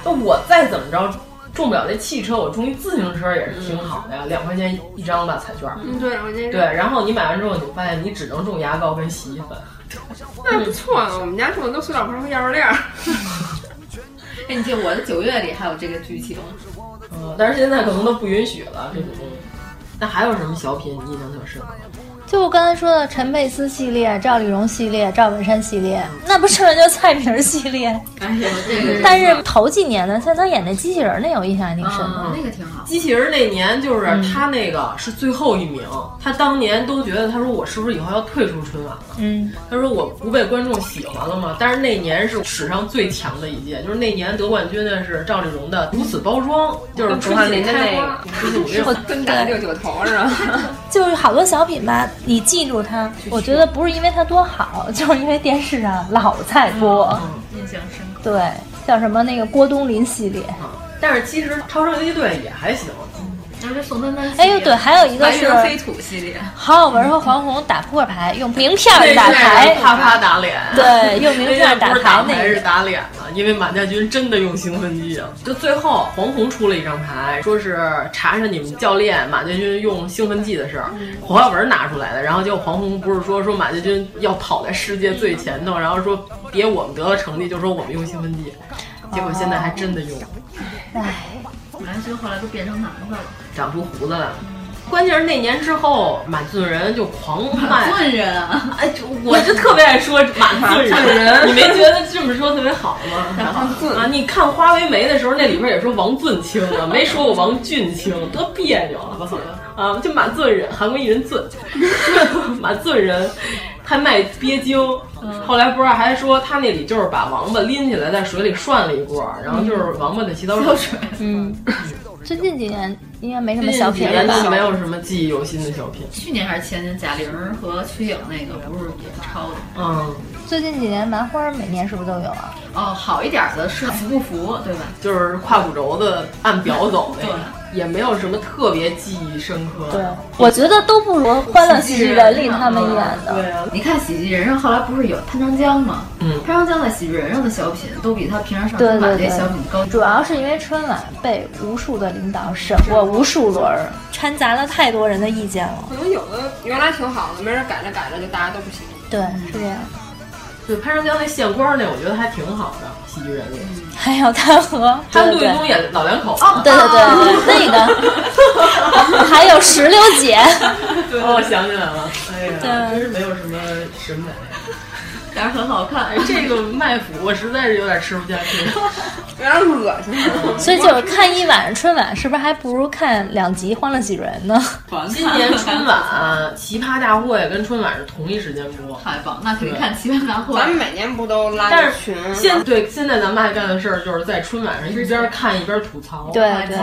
那我再怎么着。中不了那汽车，我中一自行车也是挺好的呀，两块钱一张吧，彩券。嗯，对，我那对，然后你买完之后，你就发现你只能中牙膏跟洗衣粉。那不错呢，我们家种的都塑料盆和钥匙链儿。 哎，你记得我的九月里还有这个剧 情，呃嗯，但是现在可能都不允许了这种东西。那还有什么小品你印象特深刻？就我刚才说的陈佩斯系列、赵丽蓉系列、赵本山系列，那不是就蔡明儿系列？哎但是头几年呢，像他演那机器人儿那，有印象还挺深的。嗯那个挺好。机器人那年就是嗯他那个是最后一名，他当年都觉得他说我是不是以后要退出春晚了？嗯，他说我不被观众喜欢了吗？但是那年是史上最强的一届，就是那年得冠军的是赵丽蓉的《如此包装》，就是春节开花，春节五 六我跟赶六九头是吧？就是好多小品吧，你记住它，我觉得不是因为它多好， 就是因为电视上老在播。印象深刻。对，像什么那个郭冬临系列，啊但是其实超生游击队也还行，当时宋丹丹哎呦对，还有一个是白云飞土系列，郝好文和黄宏打扑克牌，用名片儿打那牌，是啪啪打脸，对，用名片儿那打不是牌打那是个。打脸了，因为马家军真的用兴奋剂啊。就最后黄宏出了一张牌，说是查查你们教练马家军用兴奋剂的事儿，嗯黄晓文拿出来的，然后结果黄宏不是说说马家军要跑在世界最前头，然后说别我们得了成绩，就说我们用兴奋剂，结果现在还真的用，哎，马家军后来都变成男的了。长出胡子来了。关键是那年之后，马俊仁就狂卖马俊仁啊， 哎，就 我就特别爱说马俊马俊仁，仁你没觉得这么说特别好 吗？啊，你看花为媒的时候，那里边也说王俊卿 啊，没说我王俊卿，多别扭啊！啊，就马俊仁，韩国艺人俊， 马俊仁。还卖鳖精，后来不是还说他那里就是把王八拎起来在水里涮了一锅，然后就是王八的洗澡水。嗯，最近几年应该没什么最小近几品年了都没吧？有什么记忆犹新的小品。去年还是前年，贾玲儿和瞿颖那个不是也抄的？嗯，最近几年麻花每年是不是都有啊？哦，好一点的是服不服，对吧？就是胯骨轴子按表走那个，也没有什么特别记忆深刻。对，我觉得都不如《欢乐喜剧人》里他们演的。对啊，你看《喜剧人生》后来不是有潘长江吗？嗯，潘长江在《喜剧人生》的小品都比他平常上对春晚对这对些小品高，主要是因为春晚被无数的领导审过无数轮儿，掺啊杂了太多人的意见了。可能有的原来挺好的，没人改着改着就大家都不行。对，是这样。对潘长江那县官儿那，我觉得还挺好的，喜剧人里。还有他和他嗯对陆对云东演老两口，啊对对对对，那个，啊 还有石榴姐，对，我哦想起来了，哎呀，对真是没有什么审美。但是很好看哎，这个卖腐我实在是有点吃不下去， 有点恶心。所以就是看一晚上春晚，是不是还不如看两集《欢乐喜剧人》呢？今年春晚《奇葩大会》跟春晚是同一时间播，太棒，那肯定看《奇葩大会》。 咱们每年不都拉但着是群？现对现在咱们爱干的事儿就是在春晚上一边看一边吐哦槽，对对，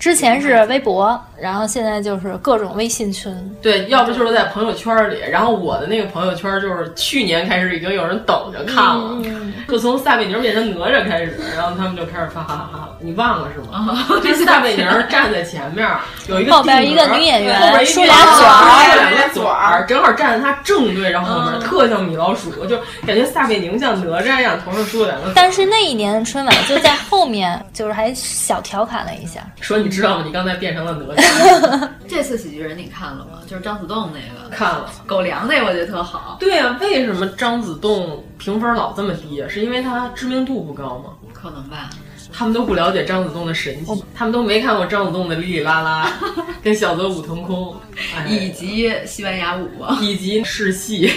之前是微博，然后现在就是各种微信群。对，要不就是在朋友圈里，然后我的那个朋友圈就是去年开始已经有人等着看了，嗯 就从撒贝宁变成哪吒开始，然后他们就开始发哈哈哈哈，你忘了是吗？ 这 撒贝宁站在前面，有一个哦后边定一个格女演员后边一个梳女俩演员卷儿梳两个嘴儿，正好站在他正对着后嗯面，特像米老鼠，就感觉撒贝宁像哪吒一样头上梳了两个嘴儿。但是那一年的春晚就在后面，就是还小调侃了一下。说你知道吗？你刚才变成了哪吒，这次《喜剧人》你看了吗？就是张子栋那个，看了。 狗粮那我觉得特好，对呀、为什么张子栋评分老这么低啊？是因为他知名度不高吗？可能吧。他们都不了解张子栋的神奇，他们都没看过张子栋的《哩哩啦啦》跟《小泽武腾空》哎，以及西班牙舞，以及试戏。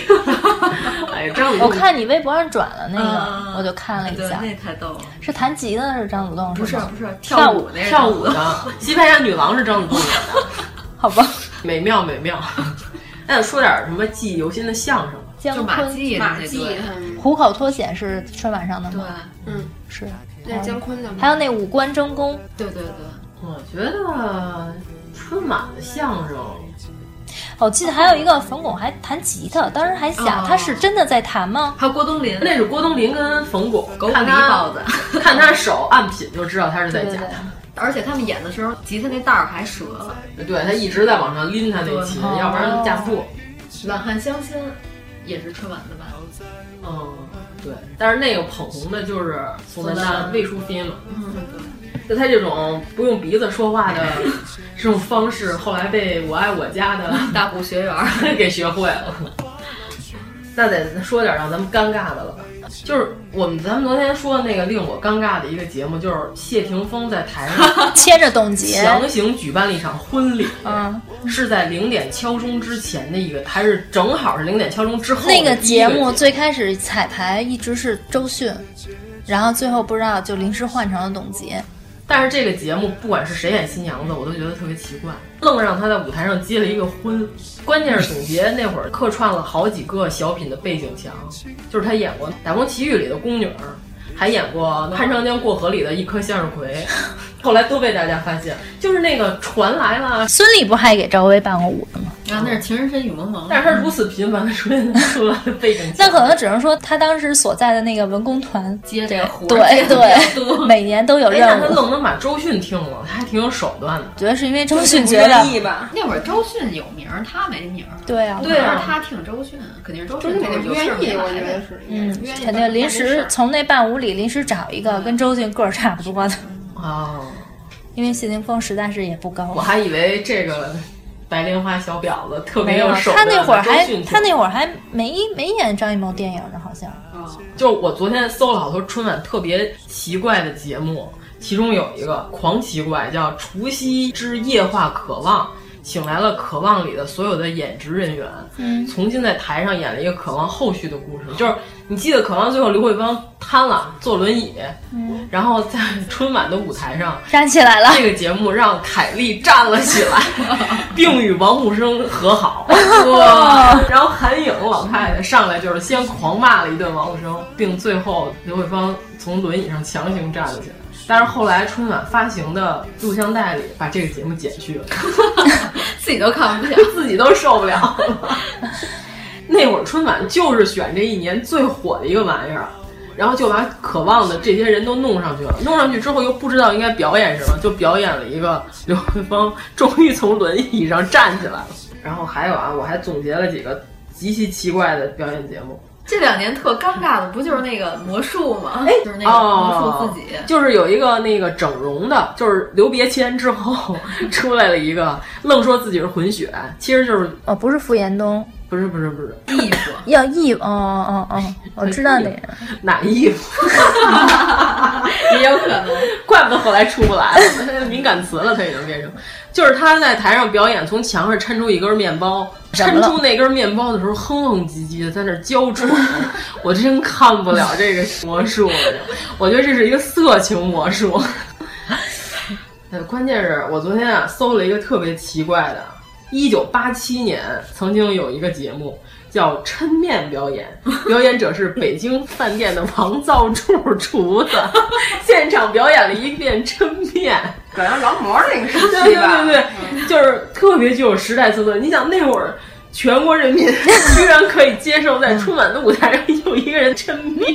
哎，张子我栋看你微博上转了那嗯个，我就看了一对，下，那太逗了。是弹吉他的是张子栋不是吗？不是跳舞那个跳舞的西班牙女郎是张子栋演的， 好吧？美妙美妙。那得说点什么记忆犹新的相声吧。姜 就马季昆那马对季他嗯们，虎口脱险是春晚上的对吗？嗯，是。那姜昆的吗还有那五官争功，对对对，我觉得春晚的相声哦我记得还有一个冯巩还弹吉他，当时还想哦他是真的在弹吗？还有郭冬临，那是郭冬临跟冯巩，狗啃看梨他包子。看他手按品就知道他是在对假对对，而且他们演的时候，吉他那带儿还折了。的，对他一直在往上拎他那琴，对要不然架不住。满汉相亲也是春晚的吧？嗯，对。但是那个捧红的就是宋丹宋丹丹、丹魏淑芬嘛，嗯，对。就他这种不用鼻子说话的这种方式，后来被《我爱我家》的 大虎学园儿，给学会了。那得说点让咱们尴尬的了吧？就是我们咱们昨天说的那个令我尴尬的一个节目，就是谢霆锋在台 上牵着董洁强行举办了一场婚礼，嗯，是在零点敲钟之前的一个，还是正好是零点敲钟之后的那个第一节个目最开始彩排一直是周迅，然后最后不知道就临时换成了董洁。但是这个节目不管是谁演新娘子，我都觉得特别奇怪，愣让她在舞台上接了一个婚。关键是董洁那会儿客串了好几个小品的背景墙，就是她演过《打工奇遇》里的宫女儿，还演过《潘长江过河》里的一颗向日 葵，后来都被大家发现，就是那个传来了。孙俪不还给赵薇办过舞的吗？然后那是情深深雨蒙蒙，但是她如此频繁的出现在苏拉的背景墙，那可能只能说她当时所在的那个文工团接这个活儿对接得比较对，每年都有哎，那任她愣务。能把周迅听了，她还挺有手段的。主要是因为周迅觉得，吧？那会儿周迅有名儿，她没名儿。对啊对啊，她挺周迅，肯定是周迅周迅这个不有事儿愿意没我来觉呗得嗯，肯定临时从那伴舞里临时找一个跟周迅个儿差不多的，哦，因为谢霆锋实在是也不高。我还以为这个白莲花小婊子特没别有，手他段。那会儿还周迅挺他那会儿还没没演张艺谋电影呢，好像。就我昨天搜了好多春晚特别奇怪的节目，其中有一个狂奇怪，叫《除夕之夜话渴望》，请来了《渴望》里的所有的演职人员，嗯重新在台上演了一个《渴望》后续的故事。就是你记得《渴望》最后刘慧芳瘫了，坐轮椅，嗯，然后在春晚的舞台上站起来了这个节目让凯丽站了 起来，并与王沪生和好。哇！然后韩颖老太太上来就是先狂骂了一顿王沪生，并最后刘慧芳从轮椅上强行站了起来。但是后来春晚发行的录像带里把这个节目剪去了，自己都看不下，自己都受不了了。 那会儿春晚就是选这一年最火的一个玩意儿，然后就把渴望的这些人都弄上去了。弄上去之后又不知道应该表演什么，就表演了一个刘慧芳终于从轮椅上站起来了。然后还有啊，我还总结了几个极其奇怪的表演节目。 这两年特尴尬的不就是那个魔术吗？ 就是那个魔哦术自己，就是有一个那个整容的，就是留别签之后 出来了一个，愣说自己是混血，其实就是哦，不是傅延东，不是不是不是艺 术，要艺哦哦哦，我知道那个人。哪艺 术，也有可能。怪不得后来出不来了， 敏感词了，他已经变成，就是他在台上表演，从墙上抻出一根面包，怎么抻了出那根面包的时候哼哼唧唧的在那儿娇 喘，我真看不了这个魔术了，我觉得这是一个色情魔 术。呃，关键是我昨天啊搜了一个特别奇怪的，一九八七年曾经有一个节目叫抻面表演，表演者是北京饭店的王造柱厨子，现场表演了一遍抻面。葛阳劳模那个时对期对吧，嗯对对，就是特别具有时代特色。你想那会儿。全国人民 居然可以接受在春晚的舞台上有一个人抻面，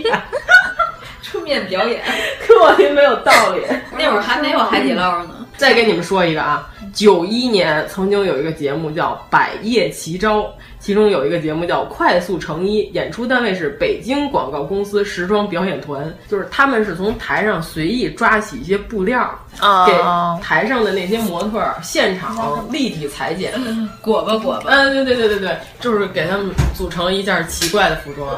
出面表演，特别没有道理。那会儿还没有海底捞呢。再给你们说一个啊，九一年曾经有一个节目叫《百业奇招》，其中有一个节目叫《快速成一》，演出单位是北京广告公司时装表演团，就是他们是从台上随意抓起一些布料儿，给哦台上的那些模特儿现场立体裁剪。 裹吧裹吧，嗯，对对对对对，就是给他们组成一件奇怪的服装。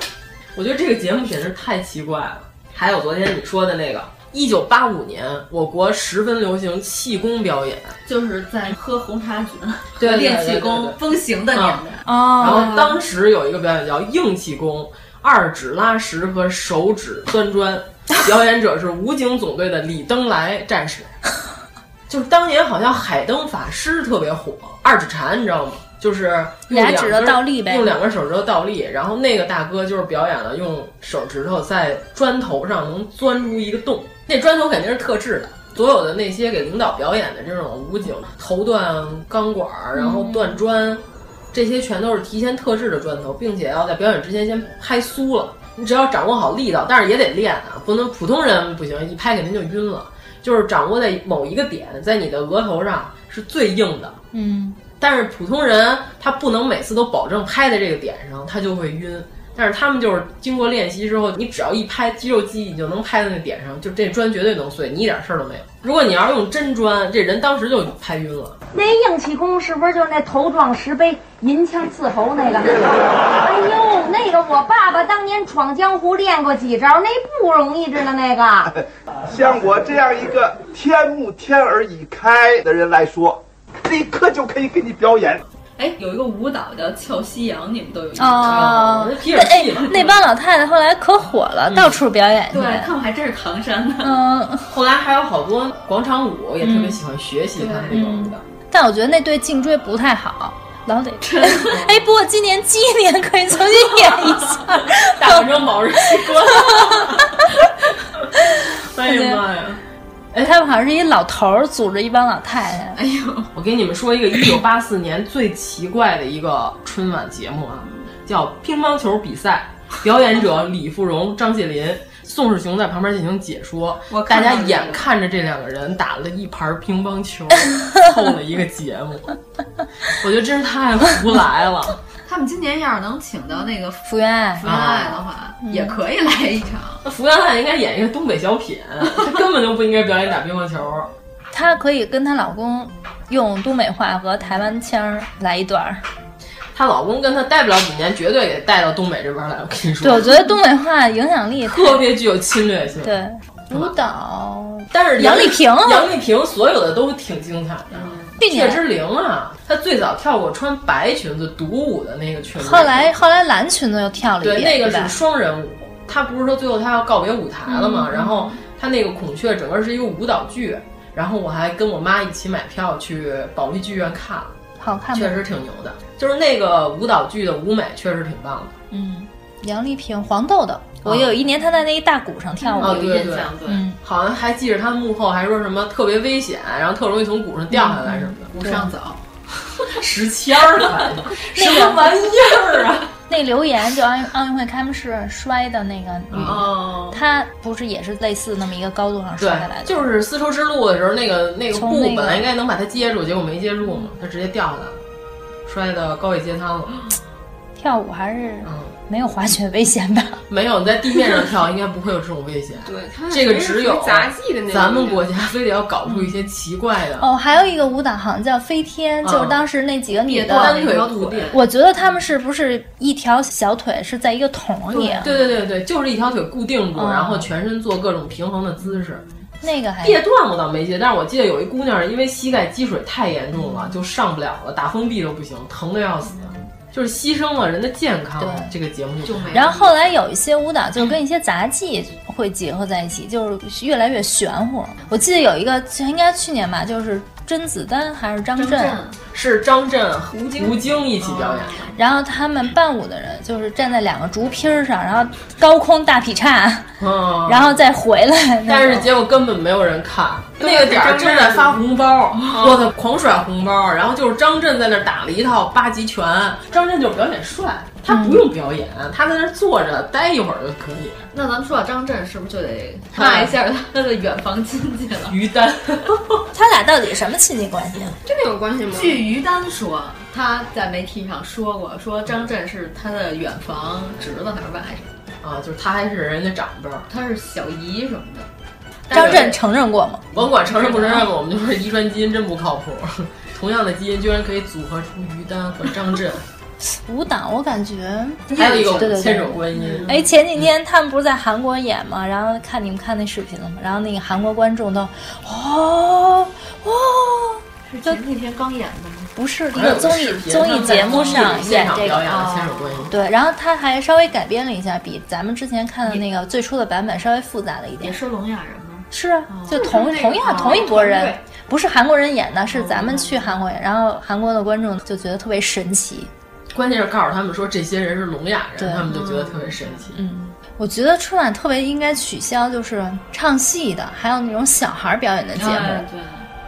我觉得这个节目简直太奇怪了。还有昨天你说的那个，一九八五年我国十分流行气功表演，就是在喝红茶菌、对对和练对气对功嗯对风行的年代。然后哦，当时有一个表演叫硬气功，二指拉石和手指端砖，表演者是武警总队的李登来战 士。就是当年好像海灯法师特别火，二指禅你知道吗？就是用俩两指头根倒立呗用两根手指头倒立。然后那个大哥就是表演了用手指头在砖头上能钻出一个洞，那砖头肯定是特制的。所有的那些给领导表演的这种武警头段钢管儿，然后断砖，这些全都是提前特制的砖头，并且要在表演之前先拍酥了。你只要掌握好力道，但是也得练啊，不能普通人不行，一拍肯定就晕了。就是掌握在某一个点，在你的额头上是最硬的，嗯，但是普通人他不能每次都保证拍在这个点上，他就会晕。但是他们就是经过练习之后，你只要一拍肌肉记忆，你就能拍在那点上，就这砖绝对能碎，你一点事儿都没有。如果你要是用真砖，这人当时就拍晕了。那硬气功是不是就是那头撞石碑、银枪刺喉那个？哎呦，那个我爸爸当年闯江湖练过几招，那不容易，知道那个。像我这样一个天目天而已开的人来说，立刻就可以给你表演。哎，有一个舞蹈叫俏夕阳，你们都有印象哦吗？，那哎，那帮老太太后来可火了，嗯到处表演去。对他们还真是唐山的。嗯，后来还有好多广场舞也特别喜欢学习 他们那种舞蹈。但我觉得那对颈椎不太好，老 得抻。哎，不过今年鸡年可以重新演一 哎下，大反正卯着西瓜。哎呀妈呀！哎，他们好像是一老头儿组织一帮老太太。 哎呦，我给你们说一个一九八四年最奇怪的一个春晚节目啊，叫乒乓球比赛，表演者李富荣、张谢林。 宋世雄在旁边进行解说，我大看到家这个眼看着这两个人打了一盘乒乓球， 凑了一个节目，我觉得真是太胡来了。 他们今年要是能请到那个福福原爱福原爱的话，也可以来一场。那福原爱应该演一个东北小品，她根本就不应该表演打乒乓球。她可以跟她老公用东北话和台湾腔儿来一段儿。她老公跟她待不了几年，绝对给带到东北这边来。我跟你说，对，我觉得东北话影响力 太特别具有侵略性。对舞蹈，但是杨丽萍，嗯杨丽萍所有的都挺精彩的。去年雀之灵啊，她最早跳过穿白裙子独舞的那个裙子，后来后来蓝裙子又跳了一对遍，那个对是吧双人舞。她不是说最后她要告别舞台了吗？嗯然后她那个孔雀整个是一个舞蹈剧，然后我还跟我妈一起买票去保利剧院看了，好看吗确实挺牛的。就是那个舞蹈剧的舞美确实挺棒的。嗯，杨丽萍、黄豆豆，我有一年她在那一大鼓上跳舞，啊哦，对对对，嗯，好像还记着他幕后还说什么特别危险，然后特容易从鼓上掉下来什么的，嗯嗯鼓上走，石签 儿了，什那么个玩意儿啊？那留言就奥运奥运会开幕式摔的那个女嗯的，她不是也是类似那么一个高度上摔哦下来对，的，就是丝绸之路的时候，那个那个从布那个嗯本来应该能把它接住，结果没接住嘛，它直接掉下来了，摔到高位截瘫了。嗯跳舞还是没有滑雪危险吧？没有，你在地面上跳，应该不会有这种危险。对，这个只有杂技的那种咱们国家非得要搞出一些奇怪的。嗯哦，还有一个舞蹈好像叫飞天，嗯就是当时那几个女的单腿徒弟我觉得她们是不是一条小腿是在一个桶里？对对对对，就是一条腿固定住，啊嗯然后全身做各种平衡的姿势。那个还跌断我倒没记得，但是我记得有一姑娘因为膝盖积水太严重了，就上不了了，打封闭都不行，疼的要死，就是牺牲了人的健康。这个节目嗯就没然后后来有一些舞蹈就跟一些杂技会结合在一起，就是越来越玄乎。我记得有一个应该去年吧，就是甄子丹还是张震，是张震、吴京、吴京一起表演。然后他们伴舞的人就是站在两个竹坯儿上，然后高空大劈叉，嗯，然后再回来那种。但是结果根本没有人看，那个点儿正在发红包，我操，狂甩红包。然后就是张震在那儿打了一套八极拳，张震就是表演帅，他不用表演，他在那儿坐着待一会儿就可以。那咱们说到张震，是不是就得骂一下他的远房亲戚了？于 丹，他俩到底什么亲戚关系啊？真的有关系吗？据于丹说，他在媒体上说过，说张震是他的远房侄子还是外甥啊，就是他还是人家长辈，他是小姨什么的。张震承认过吗？甭管承认不承认，我们就是遗传基因真不靠谱。同样的基因居然可以组合出于丹和 张震，舞蹈我感觉还有一对对个对千手观音。哎，前几天他们不是在韩国演吗？然后看你们看那视频了吗？然后那个韩国观众都，哦哦，是前几天刚演的吗？不是一好像个有个综艺视频综他艺们在节目上现场这个表演的哦千手观音对，然后他还稍微改编了一下，比咱们之前看的那个最初的版本稍微复杂了一点。也是聋哑人吗？是啊，就同那个同样哦同一拨团人队，不是韩国人演的，是哦咱们去韩国演，然后韩国的观众就觉得特别神奇。关键是告诉他们说这些人是聋哑对人，他们就觉得特别神奇。嗯，我觉得春晚特别应该取消，就是唱戏的，还有那种小孩儿表演的节目，哎啊对，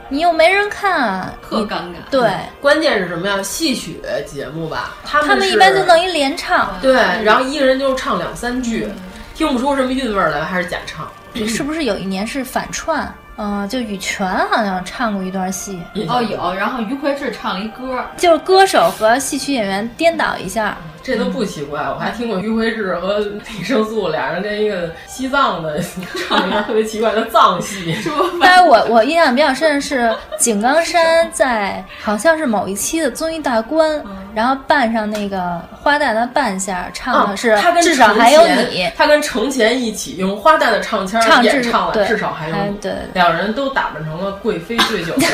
你又没人看、啊，特尴尬。对，关键是什么呀？戏曲节目吧，他他们们是一般就弄一嗯连唱，对，然后一个人就唱两三句，听不出什么韵味儿来，还是假唱。是不是有一年是反 串？嗯、就羽泉好像唱过一段 戏，哦，有，然后于魁智唱了一歌， 就是歌手和戏曲演员颠倒一下，这都不奇怪。我还听过于辉志和李胜素俩人跟一个西藏的唱一段特别奇怪的藏戏，但是我我印象比较深的是井冈山在好像是某一期的综艺大观，然后扮上那个花旦的扮相，唱的是啊他跟至少还有程你前，他跟程前一起用花旦的唱腔唱演至唱了，对至少还有还你对对两人都打扮成了贵妃醉酒的样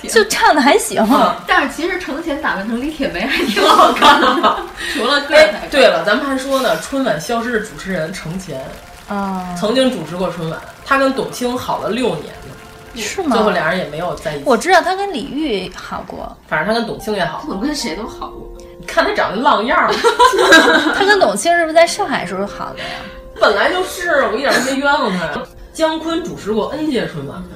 子。就唱的还行。但是其实程前打扮成李铁梅还挺好看的，除了个哎儿，对了，咱们还说呢，春晚消失的主持人程前，啊，曾经主持过春晚，他跟董卿好了六年呢，是吗最后俩人也没有在一起。嗯我知道他跟李玉好过，反正他跟董卿也好， 我跟谁都好过。你看他长得浪样儿，他跟董卿是不是在上海时候好的呀？本来就是我一点都没冤枉他。姜昆主持过 N 届春晚呢，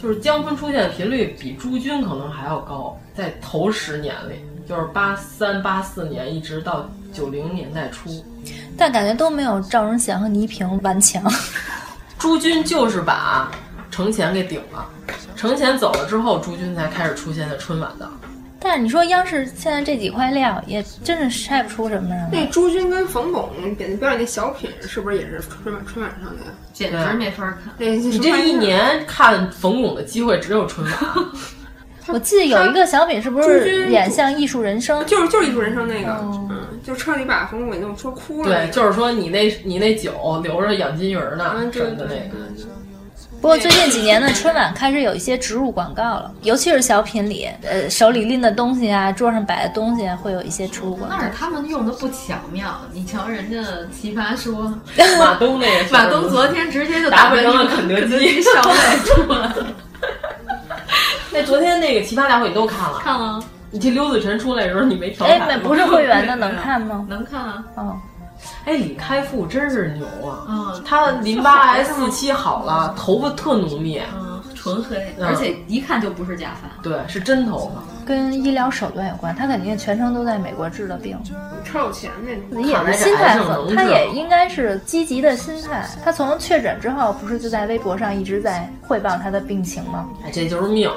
就是姜昆出现的频率比朱军可能还要高，在头十年里，就是八三八四年一直到九零年代初，但感觉都没有赵忠祥和倪萍顽强。 朱军就是把程前给顶了。程前走了之后，朱军才开始出现在春晚的。但是你说央视现在这几块料也真是晒不出什么人来。那朱军跟冯巩表表演那小品，是不是也是春晚春晚上的呀？简直没法看。对，你这一年看冯巩的机会只有 春晚。我记得有一个小品，是不朱是军演像艺术人生？就是就是艺术人生那个，嗯，就彻底把冯巩给弄说哭了。哦对，就是说你那你那酒留着养金鱼儿呢嗯，什对么的那个。不过最近几年的春晚开始有一些植入广告了，尤其是小品里，呃，手里拎的东西啊，桌上摆的东西啊，会有一些植入广告嗯但。是他们用的不巧妙，你瞧人家奇葩 说，马东那个是马东昨天直接就打打扮扮成了肯肯德基基烧麦 出来，那昨天那个奇葩大会你都看了？看啊了。你替刘子晨出来的时候，你没调哎侃吗？，嗯不是会员的能看吗？能看啊。哦，哎，李开复真是牛啊！嗯他淋巴癌四期好了，头发特浓密，纯黑，嗯而且一看就不是假发。对，是真头发。跟医疗手段有关，他肯定全程都在美国治的病。超有钱那种。也看来是这心癌态症能很，治他也好应该是积极的心态。他从确诊之后，不是就在微博上一直在汇报他的病情吗？哎，这就是命。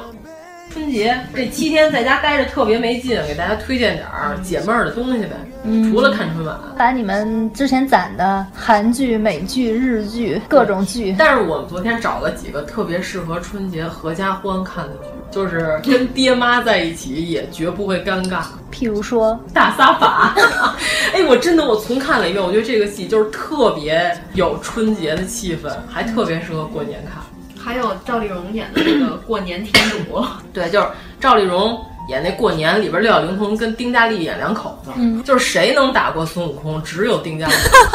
春节这七天在家待着特别没劲，给大家推荐点儿解闷儿的东西呗。嗯除了看春晚，把你们之前攒的韩剧、美剧、日剧各种剧，但是我们昨天找了几个特别适合春节合家欢看的剧，就是跟爹妈在一起也绝不会尴尬。譬如说大撒把， 哎，我真的我重看了一遍，我觉得这个戏就是特别有春节的气氛，还特别适合过年看。还有赵丽蓉演的那个过年添 堵，对，就是赵丽蓉演那过年里边，六小龄童跟丁嘉丽演两口子，嗯就是谁能打过孙悟空，只有丁嘉丽，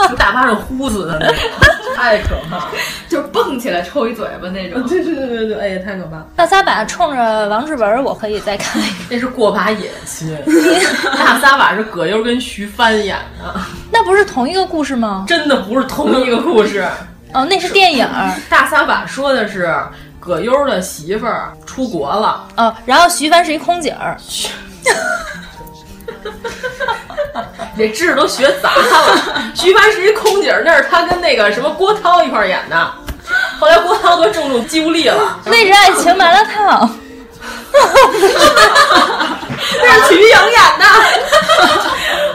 就大巴上呼死的那种， 太可怕了。就是蹦起来抽一嘴巴那种。 对对对对对，哎呀，太可怕了。大撒把冲着王志文，我可以再看一那是过把瘾心，大撒把是葛优跟徐帆演的，那不是同一个故事吗？真的不是同一个故事。哦，那是电影儿。大撒把说的是葛优的媳妇儿出国了，哦，然后徐帆是一空姐儿，这字都学杂了。 徐帆是一空姐儿，那是他跟那个什么郭涛一块儿演的。后来郭涛得重度肌无力了，那是爱情麻辣烫。 那是瞿颖演的。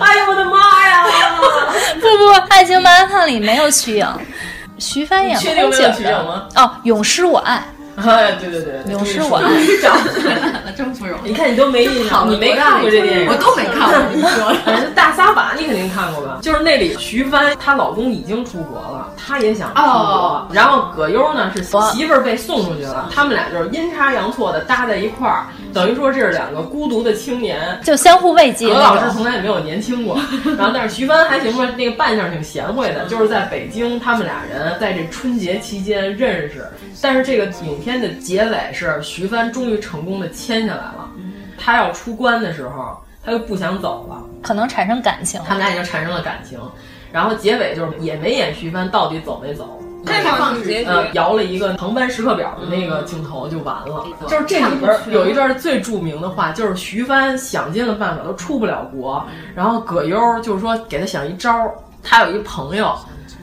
哎呦我的妈呀！不不，《爱情麻辣烫》里没有瞿颖，徐帆演你确定空没姐有儿瞿的颖吗哦，《永失我爱哎，对对对，》， 《永失我爱》。 真不容易。 你看你都哎没印象，你没看过这电影，我都没看过 你说的反正 大撒把你肯定看过吧？就是那里徐帆她老公已经出国了，她也想出国，哦然后葛优呢是媳妇儿被送出去了，他们俩就是阴差阳错的搭在一块儿，等于说这是两个孤独的青年。就相互慰藉葛那老师从种。来也没有年轻过，然后但是徐帆还行吧，那个扮相挺贤惠的，就是在北京，他们俩人在这春节期间认识，但是这个影片的结尾是徐帆终于成功的签下来了，嗯他要出关的时候，他又不想走了，可能产生感情，他们俩已经产生了感情，然后结尾就是也没演徐帆到底走没走。开放式结局呃，摇了一个航班时刻表的那个镜头就完了。就是这里边儿有一段最著名的话，就是徐帆想尽了办法都嗯出不了国，然后葛优就是说给他想一招儿，他有一朋友。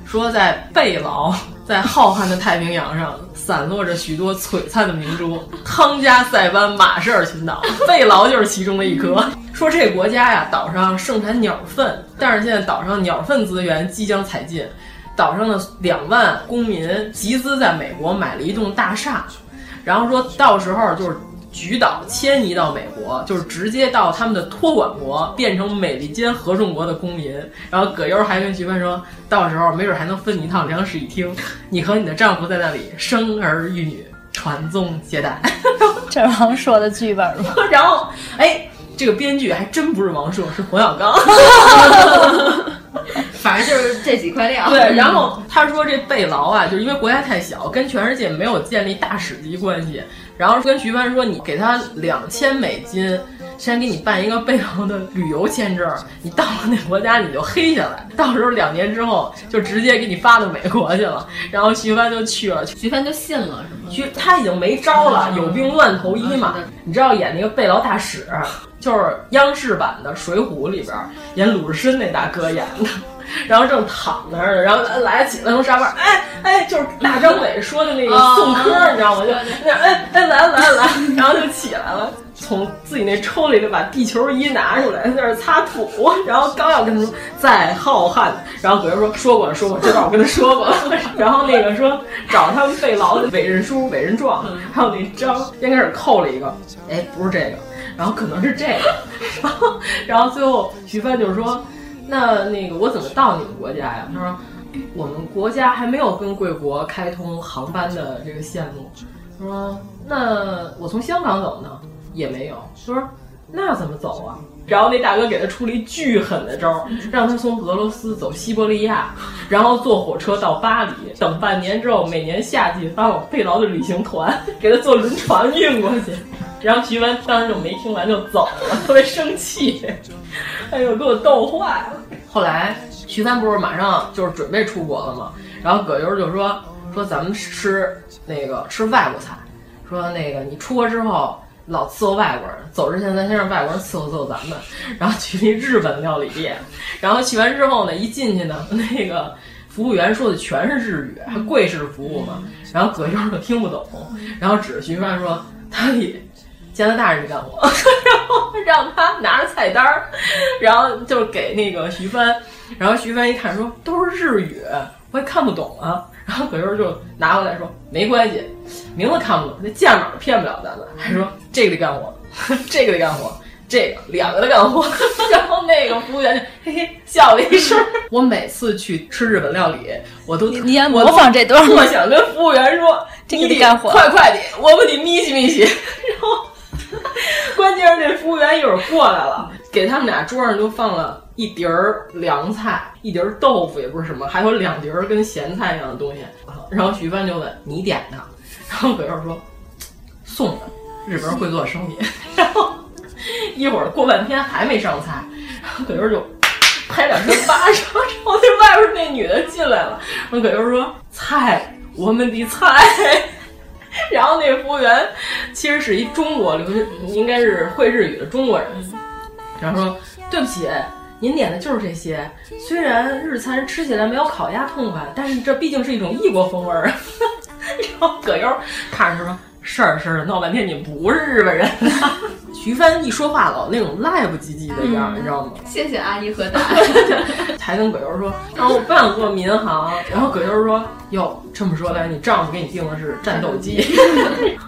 说在贝劳，在浩瀚的太平洋上散落着许多璀璨的明珠，汤加、塞班、马绍尔群岛，贝劳就是其中的一 颗。说这个国家呀，岛上盛产鸟粪，但是现在岛上鸟粪资源即将采尽，岛上的两万公民集资在美国买了一栋大厦，然后说到时候就是。菊岛迁移到美国，就是直接到他们的托管国，变成美利坚合众国的公民。然后葛优还跟徐帆说，到时候没准还能分你一趟两室一厅，你和你的丈夫在那里生儿育女，传宗接代。这是王朔的剧本 吗？然后，哎，这个编剧还真不是王朔，是冯小刚。反正就是这几块料。嗯对，然后他说这贝劳啊，就是因为国家太小，跟全世界没有建立大使级关系。然后跟徐帆说，你给他两千美金，先给你办一个贝劳的旅游签证，你到了那国家你就黑下来，到时候两年之后就直接给你发到美国去了。然后徐帆就去了，徐帆就信了，是吗？徐他已经没招了，有病乱投医嘛。你知道演那个贝劳大使，就是央视版的《水浒》里边演鲁智深那大哥演的。然后正躺那儿呢，然后来起来从沙发，哎哎，就是大张伟说的那个宋柯，你知道吗？就那哎哎来来来，然后就起来了，从自己那抽屉里把地球仪拿出来，在那儿擦土， 然后刚要跟他说在浩瀚，然后葛优说说过说过，这段我跟他说过， 然后那个说找他们贝劳的委任书、委任状，还有那章，先开始扣了一个，哎不是这个，然后可能是这个， 然后然后最后徐帆就是说。那那个我怎么到你们国家呀？他说，哎我们国家还没有跟贵国开通航班的这个线路。他说，那我从香港走呢，也没有。他说，那怎么走啊？然后那大哥给他出了一巨狠的招儿，让他从俄罗斯走西伯利亚，然后坐火车到巴黎，等半年之后，每年夏季发往贝劳的旅行团给他坐轮船运过去。然后徐帆当时就没听完就走了，特别生气，哎呦给我逗坏了。后来徐帆不是马上就是准备出国了嘛，然后葛优就说说咱们吃那个吃外国菜，说那个你出国之后老伺候外国人，走之前咱先让外国人伺候伺候咱们。然后去那日本料理店，然后去完之后呢，一进去呢那个。服务员说的全是日语，还贵式服务嘛，然后葛优就听不懂，然后指着徐帆说：“他也加拿大人干活， 然后让他拿着菜单儿，然后就给那个徐帆，然后徐帆一看说都是日语，我也看不懂啊。然后葛优就拿过来说没关系，名字看不懂，那价码骗不了咱们。还说这个得干活， 这个得干活，这个两个得干活。 然后那个服务员就嘿嘿笑了一声。 我每次去吃日本料理，我都你要模仿这段，我想跟服务员说 这个得干活，快快的，我们得咪西咪西。然后。关键是那服务员一会儿过来了，给他们俩桌上就放了一碟儿凉菜，一碟儿豆腐也不是什么，还有两碟儿跟咸菜一样的东西。啊然后徐帆就问你点的，然后葛优说送的，日本人会做生意。 然后一会儿过半天还没上菜，然后葛优就拍两声巴掌，然后那外边那女的进来了，然后葛优说菜，我们的菜。然后那服务员其实是一中国留学，应该是会日语的中国人。然后说：“对不起，您点的就是这些。虽然日餐吃起来没有烤鸭痛快，但是这毕竟是一种异国风味儿。” 然后葛优看着说：“是儿是的，闹半天你们不是日本人、啊。” 徐帆一说话老那种赖不唧唧的样儿，你知道吗？谢谢阿姨和大 还跟葛优说，然啊后我不想做民航。然后葛优说，哟，这么说来，你丈夫给你订的是战斗 机。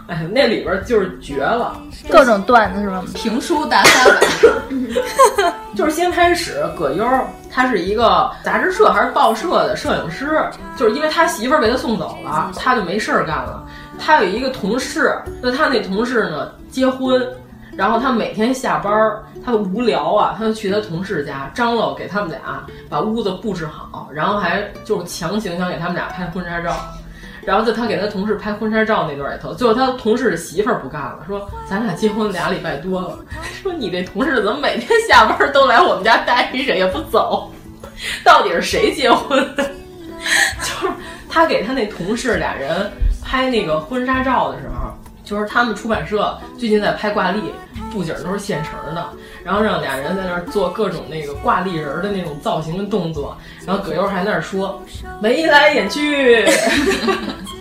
哎，那里边就是绝了，各种段子是吗？评书大赛版，就是先开始葛优，他是一个杂志社还是报社的摄影师，就是因为他媳妇儿被他送走了，他就没事儿干了。他有一个同事，那他那同事呢结婚。然后他每天下班儿，他无聊啊，他就去他同事家张罗给他们俩把屋子布置好，然后还就是强行想给他们俩拍婚纱照。然后在他给他同事拍婚纱照那段里头，最后他同事的媳妇儿不干了，说：“咱俩结婚俩礼拜多了，说你这同事怎么每天下班都来我们家待着也不走？ 到底是谁结婚的？” 就是他给他那同事俩人拍那个婚纱照的时候。就是他们出版社最近在拍挂历，布景儿都是现成儿的，然后让俩人在那儿做各种那个挂立人儿的那种造型跟动作，然后葛优还在那儿说眉来眼去，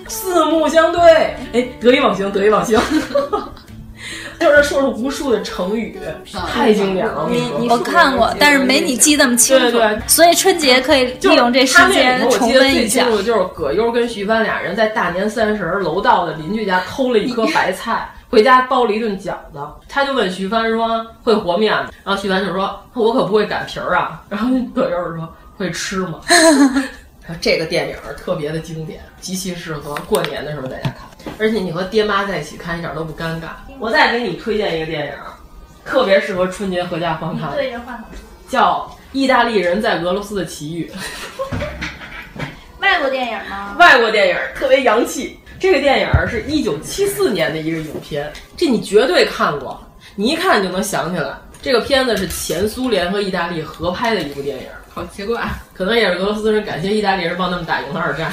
四目相对，哎，得意忘形，得意忘形。 就是说了无数的成语，太经典了。啊你我看过，但是没你记那么清楚。对对，所以春节可以利用这时间重温下。一我记得最清楚的就是葛优跟徐帆俩人在大年三十儿楼道的邻居家偷了一颗白菜，回家包了一顿饺子。他就问徐帆说：“会和面吗？”然后徐帆就说：“我可不会擀皮儿啊。”然后葛优就说：“会吃吗？” 然后这个电影儿特别的经典，极其适合过年的时候在家看，而且你和爹妈在一起看一点都不尴尬。嗯我再给你推荐一个电影儿，特别适合春节合家欢看，对着话筒。叫《意大利人在俄罗斯的奇遇》，外国电影吗？外国电影儿特别洋气。这个电影儿是一九七四年的一个影片，这你绝对看过，你一看就能想起来。这个片子是前苏联和意大利合拍的一部电影，好奇怪，可能也是俄罗斯人感谢意大利人帮他们打赢了二战。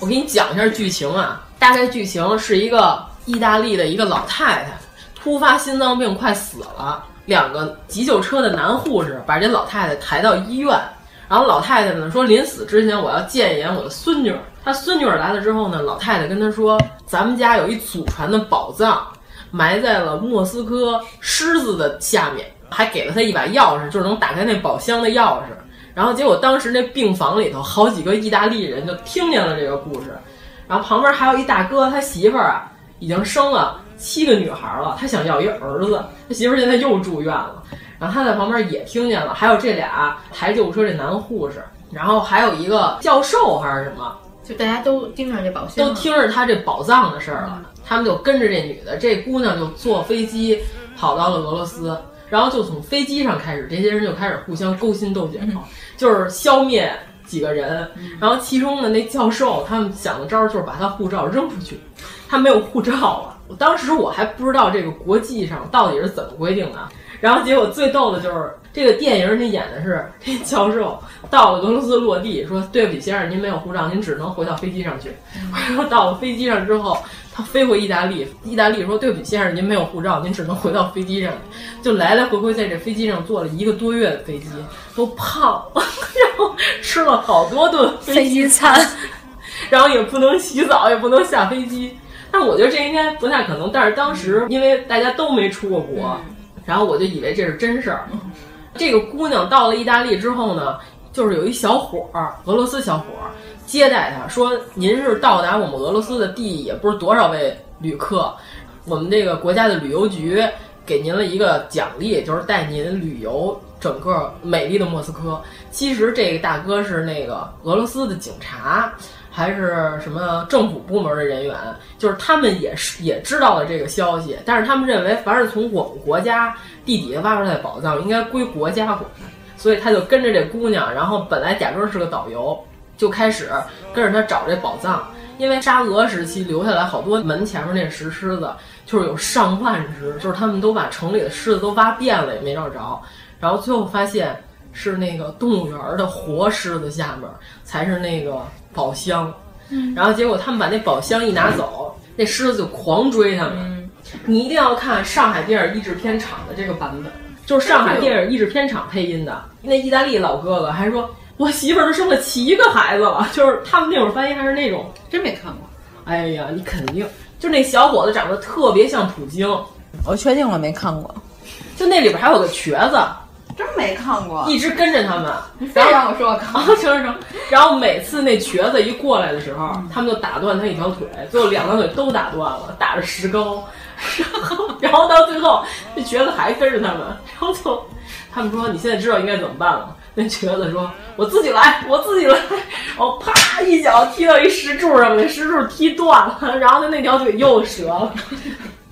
我给你讲一下剧情啊，大概剧情是一个意大利的一个老太太突发心脏病快死了，两个急救车的男护士把这老太太抬到医院，然后老太太呢说临死之前我要见一眼我的孙女儿，她孙女儿来了之后呢，老太太跟她说咱们家有一祖传的宝藏，埋在了莫斯科狮子的下面，还给了她一把钥匙，就是能打开那宝箱的钥匙。然后结果当时那病房里头好几个意大利人就听见了这个故事，然后旁边还有一大哥，他媳妇儿啊已经生了七个女孩了，他想要一儿子，他媳妇儿现在又住院了，然后他在旁边也听见了，还有这俩抬救护车这男护士，然后还有一个教授还是什么，就大家都盯上这宝箱都了，听着他这宝藏的事儿了，他们就跟着这女的，这姑娘就坐飞机跑到了俄罗斯，然后就从飞机上开始，这些人就开始互相勾心斗角，就是消灭几个人。然后其中的那教授，他们想的招儿就是把他护照扔出去，他没有护照了。我当时我还不知道这个国际上到底是怎么规定的，然后结果最逗的就是这个电影里演的是这教授到了俄罗斯落地，说对不起先生，您没有护照，您只能回到飞机上去。然后到了飞机上之后，他飞回意大利，意大利说对不起先生，您没有护照，您只能回到飞机上，就来来回回在这飞机上坐了一个多月的飞机，都胖了， 然后吃了好多顿飞机餐，然后也不能洗澡，也不能下飞机。但我觉得这应该不太可能。但是当时因为大家都没出过国，然后我就以为这是真事儿。这个姑娘到了意大利之后呢，就是有一小伙儿，俄罗斯小伙儿接待她，说：“您是到达我们俄罗斯的第也不是多少位旅客，我们这个国家的旅游局给您了一个奖励，就是带您旅游整个美丽的莫斯科。其实这个大哥是那个俄罗斯的警察，还是什么政府部门的人员，就是他们也是也知道了这个消息，但是他们认为凡是从我们国家地底下挖出来的宝藏，应该归国家管。所以他就跟着这姑娘，然后本来假装是个导游，就开始跟着她找这宝藏。因为沙俄时期留下来好多门前面那石狮子，就是有上万只，就是他们都把城里的狮子都挖遍了，也没找着。然后最后发现是那个动物园的活狮子下面才是那个宝箱。嗯然后结果他们把那宝箱一拿走，那狮子就狂追他们。嗯你一定要看上海电影译制片厂的这个版本，就是上海电影译制片厂配音的。那意大利老哥哥还说：“我媳妇儿都生了七个孩子了。” 就是他们那种翻译还是那种，真没看过。哎呀，你肯定就那小伙子长得特别像普京，我确定我没看过，就那里边还有个瘸子，真没看过一直跟着他们。非让我说我看 过，行行行。然后每次那瘸子一过来的时嗯候，他们就打断他一条腿，最后两条腿都打断了，打着石膏。 然后到最后，那瘸子还跟着他们，然后就他们说：“你现在知道应该怎么办了。”那瘸子说：“我自己来，我自己来。”我啪一脚踢到一石柱上，给石柱踢断了，然后他那条腿又折了。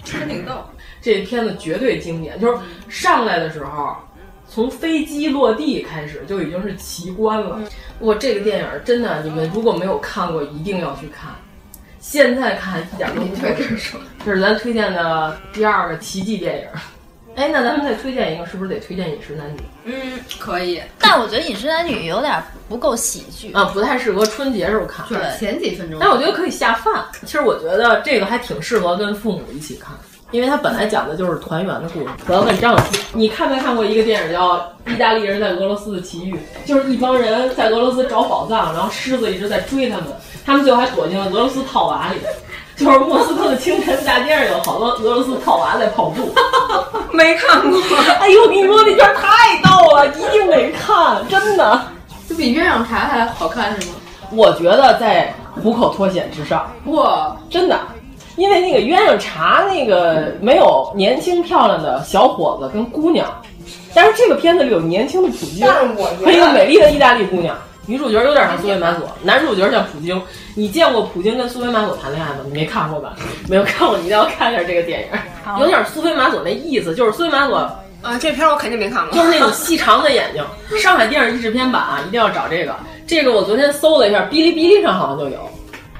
真挺逗。 这片子绝对经典，就是上来的时候，从飞机落地开始就已经是奇观了。我这个电影真的，你们如果没有看过，一定要去看。现在看一点都不推荐，这是咱推荐的第二个奇迹电影。哎，那咱们再推荐一个，是不是得推荐《饮食男女》？嗯，可以。 但我觉得《饮食男女》有点不够喜剧啊，不太适合春节时候看。对前几分钟但我觉得可以下饭。其实我觉得这个还挺适合跟父母一起看。因为它本来讲的就是团圆的故事。我要问张老师，你看没看过一个电影叫《意大利人在俄罗斯的奇遇》？就是一帮人在俄罗斯找宝藏，然后狮子一直在追他们，他们最后还躲进了俄罗斯套娃里。就是莫斯科的清晨大街上有好多俄罗斯套娃在跑步。 没看过。哎呦，我跟你说那片儿太逗了，一定得看，真的。就比鸳鸯茶还好看是吗？我觉得在虎口脱险之上。哇，真的，因为那个鸳鸯茶那个没有年轻漂亮的小伙子跟姑娘，但是这个片子里有年轻的普京但是我觉得和一个美丽的意大利姑娘。女主角有点像苏维玛索，男主角像普京。你见过普京跟苏维玛索谈恋爱吗？你没看过吧？没有看过，你一定要看一下这个电影，有点苏维玛索那意思，就是苏维玛索啊，这片儿我肯定没看过。就是那种细长的眼睛。上海电影译制片版啊，一定要找这个。这个我昨天搜了一下，哔哩哔哩上好像就有。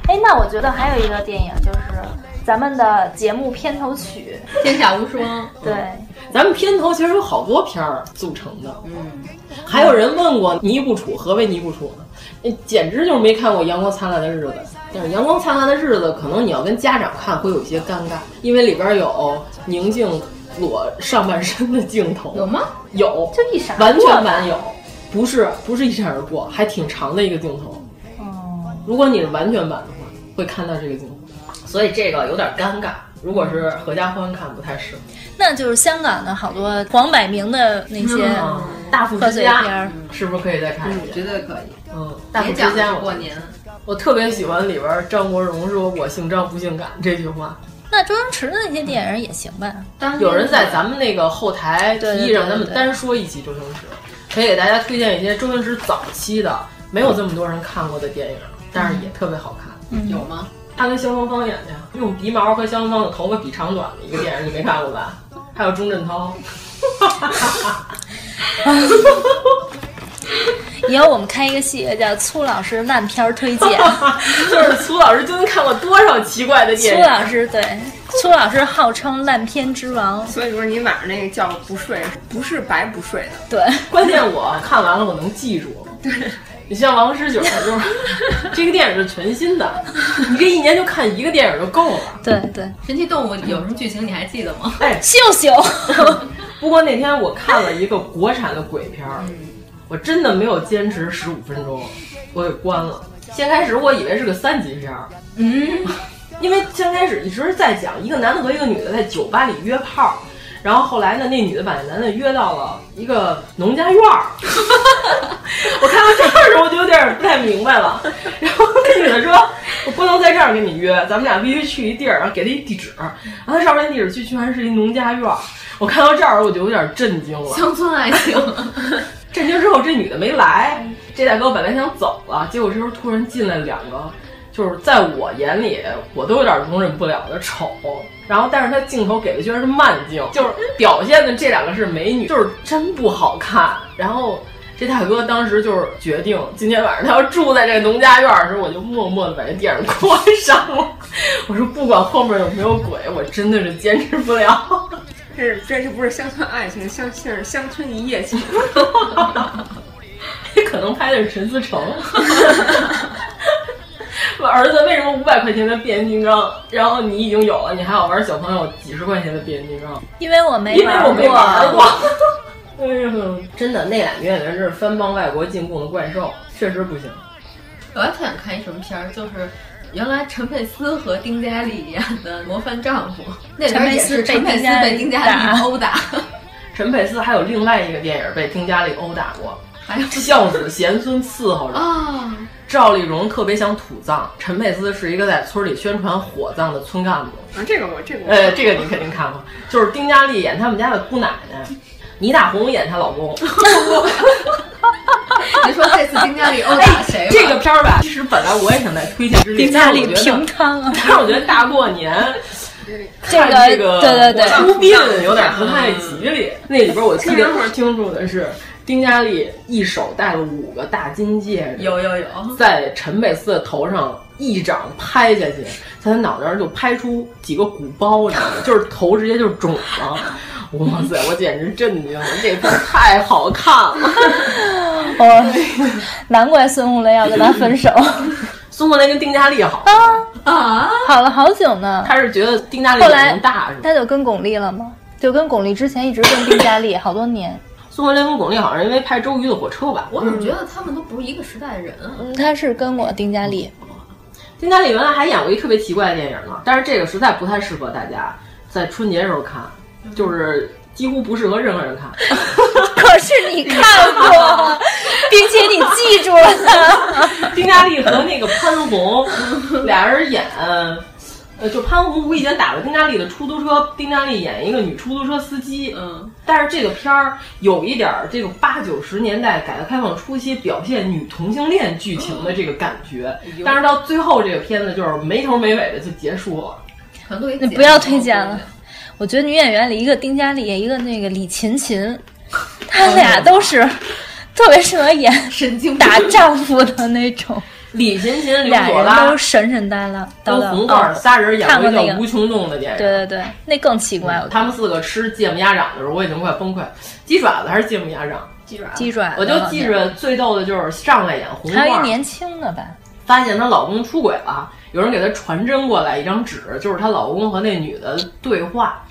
哎，那我觉得还有一个电影就是咱们的节目片头曲《天下无双》。 对，咱们片头其实有好多片儿组成的。嗯，还有人问过尼不楚，何为尼不楚呢？那简直就是没看过《阳光灿烂的日子》。但是《阳光灿烂的日子》可能你要跟家长看会有一些尴尬，因为里边有宁静裸上半身的镜头。有吗？有，就一闪而完过全版有，不是不是一闪而过，还挺长的一个镜头。哦，如果你是完全版的话，会看到这个镜头，所以这个有点尴尬。如果是合家欢看，不太适合。那就是香港的好多黄百鸣的那些嗯大富贺之岁家片儿，嗯是不是可以再看一遍？绝对可以。嗯，大富别之讲家是我过年，我特别喜欢里边张国荣说“我姓张不姓感”这句话。那周星驰的那些电影也行吧？有人在咱们那个后台提议让咱对对对们对单说一期周星驰，可以给大家推荐一些周星驰早期的没有这么多人看过的电影，但是也特别好看。嗯有吗？他跟萧芳芳演的呀，用鼻毛和萧芳芳的头发比长短的一个电影，你没看过吧？ 还有钟镇涛， 以后我们开一个系列叫“粗老师烂片儿推 荐就是苏老师究竟看过多少奇怪的”。电粗影？老师对，粗老师号称烂片之王，所以说你晚上那个觉不睡，不是白不睡的。对，关键我看完了我能记住。对，你像王十九就是 这个电影是全新的，你这一年就看一个电影就够了。对对，神奇动物有什么剧情你还记得 吗？哎，秀 秀。不过那天我看了一个国产的鬼片儿，我真的没有坚持十五分钟，我给关了。先开始我以为是个三级片儿，嗯，因为先开始一直在讲一个男的和一个女的在酒吧里约炮，然后后来呢，那女的把那男的约到了一个农家院儿。 我看到这儿的时候，我就有点不太明白了。 然后那女的说：“我不能在这儿跟你约，咱们俩必须去一地儿，然后给她一地址。”然后她上面那地址去居然是一农家院儿。我看到这儿，我就有点震惊了。乡村爱 情， 震惊之后，这女的没来，这大哥本来想走了，结果这时候突然进来两个，就是在我眼里我都有点容忍不了的丑。然后，但是他镜头给的居然是慢镜，就是表现的这两个是美女，就是真不好看。然后这大哥当时就是决定，今天晚上他要住在这个农家院儿的时候，我就默默的把这电影关上了。 我说不管后面有没有鬼，我真的是坚持不了。这是这是不是乡村爱情？乡这是乡村一夜情。 可能拍的是陈思诚。 我儿子为什么五百块钱的变形金刚，然后你已经有了，你还要玩小朋友几十块钱的变形金刚？因为我没因为我没玩过 过。哎呦，真的，那俩女演员真是翻帮外国进贡的怪兽，确实不行。我还特想看一什么片儿，就是原来陈佩斯和丁嘉丽演的《模范丈夫》， 那里边也是陈陈佩佩斯斯被被丁丁嘉嘉丽丽殴打，陈佩斯还有另外一个电影被丁嘉丽殴打过，还有 孝子贤孙伺候着。啊，赵丽蓉特别想土葬，陈佩斯是一个在村里宣传火葬的村干部。啊，这个我这个我呃，这个你肯定看过，就是丁嘉丽演他们家的姑奶奶，倪大红演她 老公。你说这次丁嘉丽殴打谁吧？这个片儿吧，其实本来我也想在推荐之列，丁嘉丽但是我觉得平摊 了但是我觉得大过 年。这个看这个对对对嗯出殡有点不太吉利。那里边我记得听着清楚的是，丁嘉丽一手戴了五个大金戒指，有有 有，在陈佩斯的头上一掌拍下去，在他脑袋上就拍出几个鼓包，你知道吗？就是头直接就肿了。哇塞，我简直震惊了，这片儿太好看了。 我难怪孙红雷要跟他分手。孙红雷跟丁嘉丽好啊啊，嗯好了好久呢。他是觉得丁嘉丽后来年大是吧？他就跟巩俐了吗？就跟巩俐之前一直跟丁嘉丽好多年。孙红雷跟巩俐好像是因为拍《周瑜的火车》吧？我怎么觉得他们都不是一个时代的人啊？嗯他是跟我丁嘉 丽，丁嘉丽原来还演过一特别奇怪的电影呢，但是这个实在不太适合大家在春节时候看，就是几乎不适合任何人看。可是你看过，并且你记住了。丁嘉丽和那个潘虹 俩人演，呃，就潘虹无意间打了丁嘉丽的出租车，丁嘉丽演一个女出租车司机。嗯，但是这个片儿有一点儿这种八九十年代改革开放初期表现女同性恋剧情的这个感觉，嗯呦但是到最后这个片子就是没头没尾的就结束了。很 多你不要推荐了。我觉得女演员里一个丁嘉丽，一个那个李勤勤，他俩都是特别适合 演神经打丈夫的那种。李勤勤、刘俩朵人拉都、神神叨叨都叨叨，红罐儿，哦仨人演看过过一个那叫《个无穷动》的电影。对对对，那更奇怪。我他们四个吃芥末鸭掌的时候，我已经快崩溃。鸡爪子还是芥末鸭掌？鸡爪鸡爪子我就记着最逗的就是上来演红还有一罐，年轻的吧，发现她老公出轨了，有人给她传真过来一张纸，就是她老公和那女的对话，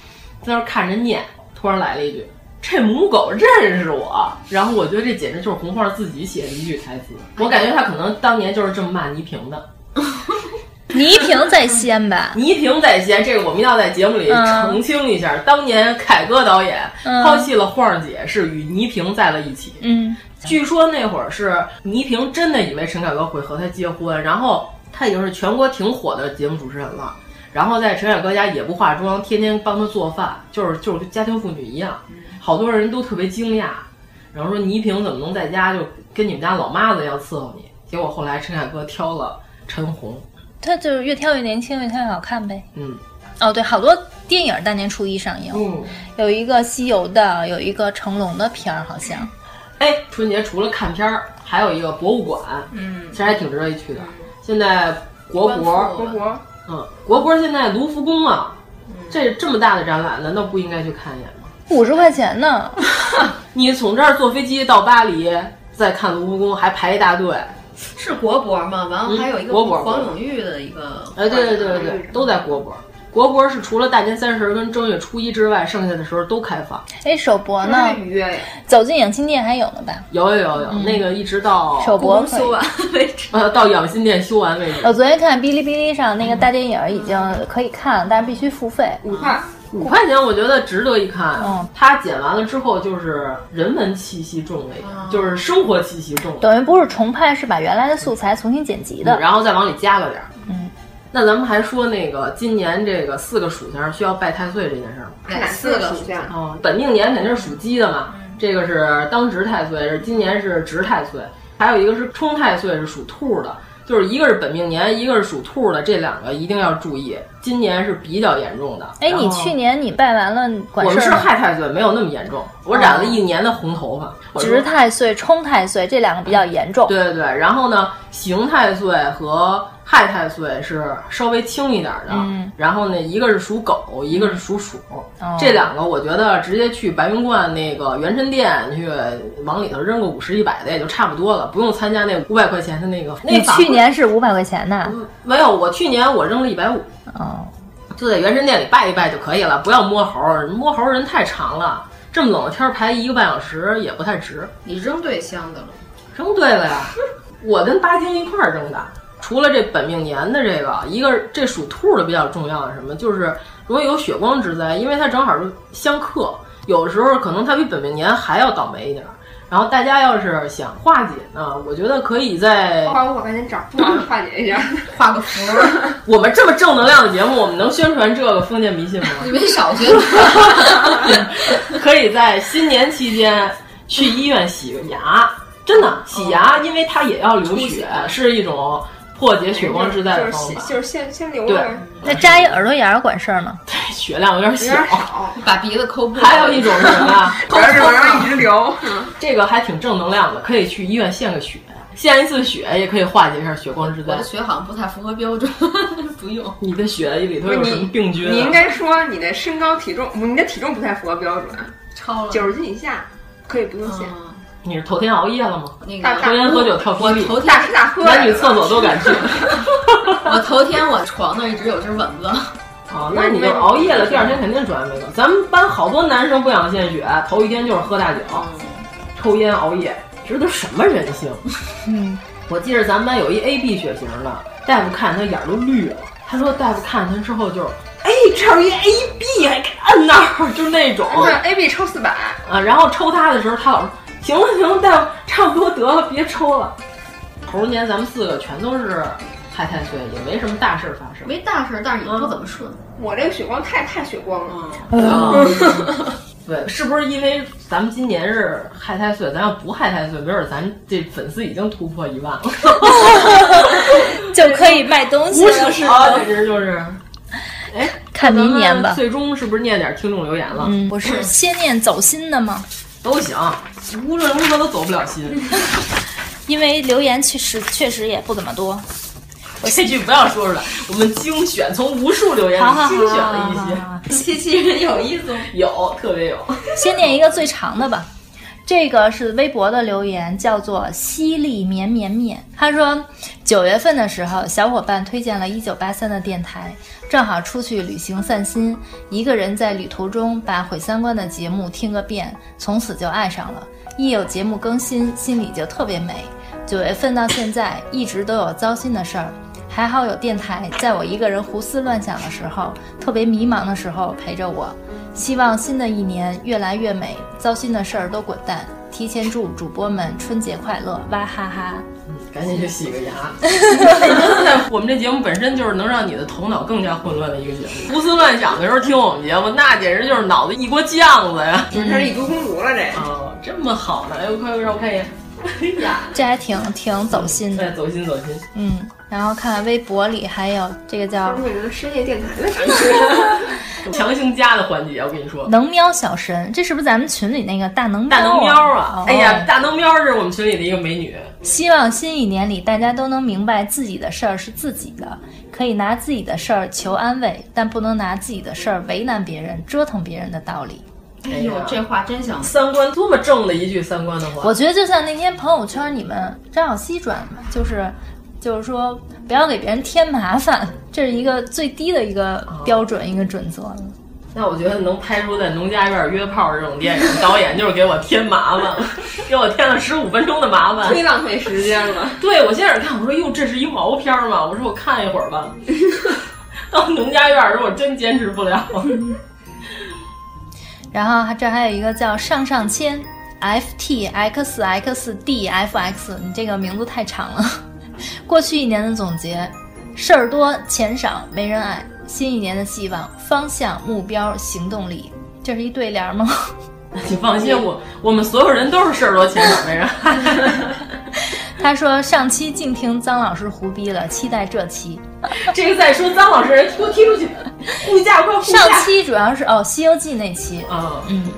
在那儿看着念，突然来了一句。这母狗认识我，然后我觉得这简直就是红花自己写的一句台词，哎我感觉她可能当年就是这么骂倪萍的。倪萍在先 吧，倪萍在先，这个我们要在节目里嗯澄清一下。当年凯歌导演嗯抛弃了晃儿姐，是与倪萍在了一起。嗯，据说那会儿是倪萍真的以为陈凯歌会和她结婚，然后她已经是全国挺火的节目主持人了，然后在陈凯歌家也不化妆，天天帮他做饭，就是就是家庭妇女一样。好多人都特别惊讶，然后说倪萍怎么能在家就跟你们家老妈子要伺候你？结果后来陈凯歌挑了陈红，她就是越挑越年轻，越挑越好看呗。嗯。哦，对，好多电影大年初一上映，嗯有一个西游的，有一个成龙的片儿，好像。哎，春节除了看片儿，还有一个博物馆，嗯，其实还挺值得一去的。现在国博，国博，嗯，国博现在卢浮宫啊，这这么大的展览，难道不应该去看一眼吗？五十块钱呢，你从这儿坐飞机到巴黎，再看卢浮宫，还排一大队。是国博吗？完了嗯还有一个国博黄永玉的一个，哎，对对对对对，都在国博。国博是除了大年三十跟正月初一之外，剩下的时候都开放。哎，首博呢？那约呀，走进影星店还有呢吧？有有有有，那个一直到首博可以 为止，呃，到养心殿修完为止。我昨天看哔哩哔哩上那个大电影已经可以看了，但是必须付费，五块五块钱，我觉得值得一看。嗯，它剪完了之后，就是人文气息重了一点，就是生活气息重了，等于不是重拍，是把原来的素材重新剪辑的。嗯然后再往里加了点。嗯，那咱们还说那个今年这个四个属相需要拜太岁这件事儿吗？哪四个属相？哦，本命年肯定是属鸡的嗯嘛，这个是当值太岁，是今年是值太岁，还有一个是冲太岁是属兔的，就是一个是本命年，一个是属兔的，这两个一定要注意，今年是比较严重的。哎，然后你去年你拜完了管我事们是儿害吗？太岁，没有那么严重，我染了一年的红头发，我是值太岁、冲太岁这两个比较严重。对对对，然后呢，刑太岁和亥太岁是稍微轻一点的，嗯然后呢，一个是属狗，一个是属鼠，哦这两个我觉得直接去白云观那个元神殿去往里头扔个五十一百的也就差不多了，不用参加那五百块钱的那个。那你法去会年是五百块钱呢？没有？我去年我扔了一百五，哦，就在元神殿里拜一拜就可以了，不要摸猴儿，摸猴儿人太长了，这么冷的天儿排一个半小时也不太值。你扔对箱子了，扔对了呀，我跟巴金一块儿扔的。除了这本命年的这个，一个是这属兔的比较重要的什么，就是容易有血光之灾，因为它正好是相克，有时候可能它比本命年还要倒霉一点儿。然后大家要是想化解呢，我觉得可以在花五百块钱找不好化解一 下，画个符。 我们这么正能量的节目，我们能宣传这个封建 迷信吗？你们少学。可以在新年期间去医院洗个牙，真的洗牙，因为它也要流血，是一种破解血光之灾就的是方先法。就是先先留对着。那扎一耳朵眼儿管事儿 吗？哎血量有点小，把鼻子抠 破。还有一种是什么呀？主要是往上一直流，这个还挺正能量的，可以去医院献个血，献一次血也可以化解一下血光之我灾的。血好像不太符合标准， 不用。你的血里头有什么病菌啊、 你应该说你的身高体重，你的体重不太符合标准，超了嗯九十斤以下可以不用限。你是头天熬夜了吗？那大个头天喝酒跳霹雳，头天是大喝呀男女厕所都敢去。我头天我床那儿一直有只蚊子。哦那你就熬夜了，第二天肯定转没了。咱们班好多男生不养献血，头一天就是喝大酒、嗯抽烟、熬夜，这都什么人性？嗯，我记着咱们班有一 A B 血型的，大夫看他眼儿都绿了。他说大夫看他之后就是，哎，这儿一 A B 还给摁那儿，就那种。 A B 抽四百，啊，然后抽他的时候，他老说行了行了，大夫差不多得了，别抽了。猴年咱们四个全都是太太岁，也没什么大事儿发生。没大事，但是也不怎么顺。我这个血光太太血光了。嗯啊， 对，是不是因为咱们今年是害太岁？咱要不害太岁，没准咱这粉丝已经突破一万了，就可以卖东西无了。耻啊！简直就是。哎，看明年吧咱们最终是不是念点听众留言了？嗯，我是先念走心的吗？都行，无论如何都走不了心。嗯因为留言确实确实也不怎么多。我这句不要说出来，我们精选从无数留言好好里好精选了好好一些。这期人有意思吗？有，特 别有。先念一个最长的吧。这个是微博的留言，叫做“犀利绵绵面”。他说，九月份的时候，小伙伴推荐了一九八三的电台，正好出去旅行散心，一个人在旅途中把毁三观的节目听个遍，从此就爱上了。一有节目更新，心里就特别美。九月份到现在，一直都有糟心的事儿，还好有电台，在我一个人胡思乱想的时候，特别迷茫的时候陪着我。希望新的一年越来越美，糟心的事儿都滚蛋。提前祝主播们春节快乐，哇哈哈！赶紧去洗 个牙。真的，我们这节目本身就是能让你的头脑更加混乱的一个节目。胡思乱想的时候听我们节目，那简直就是脑子一锅浆子呀！这是一株公主了，这嗯哦，这么好呢！哎，快让 我看一眼。哎呀，这还挺挺走心哎，的，走心走心。嗯。然后看看微博里还有这个叫嗯你们深夜电台的感强行加的环节，我跟你说“。能喵小神”，这是不是咱们群里那个大能喵、大能喵啊哦！哎呀，大能喵是我们群里的一个美女，希望新一年里大家都能明白自己的事儿是自己的，可以拿自己的事儿求安慰，但不能拿自己的事儿为难别人、折腾别人的道理。哎呦，这话真想三观多么正的一句三观的话。我觉得就像那天朋友圈你们张小希转的，就是就是说不要给别人添麻烦，这是一个最低的一个标准、一个准则。那我觉得能拍出在农家院约炮这种电影，导演就是给我添麻烦 了，给我添了十五分钟的麻烦，忒浪费时间了。对我先开始看，我说哟，这是一毛片儿嘛，我说我看一会儿吧。 到农家院儿时候，我真坚持不 了。然后这还有一个叫上上签 F T X X D F X，你这个名字太长了。过去一年的总结：事儿多，钱少，没人爱。新一年的希望、方向、目标、行动力，这是一对联儿吗？ 你放心，我我们所有人都是事儿多钱少没人爱。 他说上期净听张老师胡逼了，期待这期。这个再说张老师人给我踢 出去，护驾快护驾！上期主要是哦《西游记》那期，啊，嗯，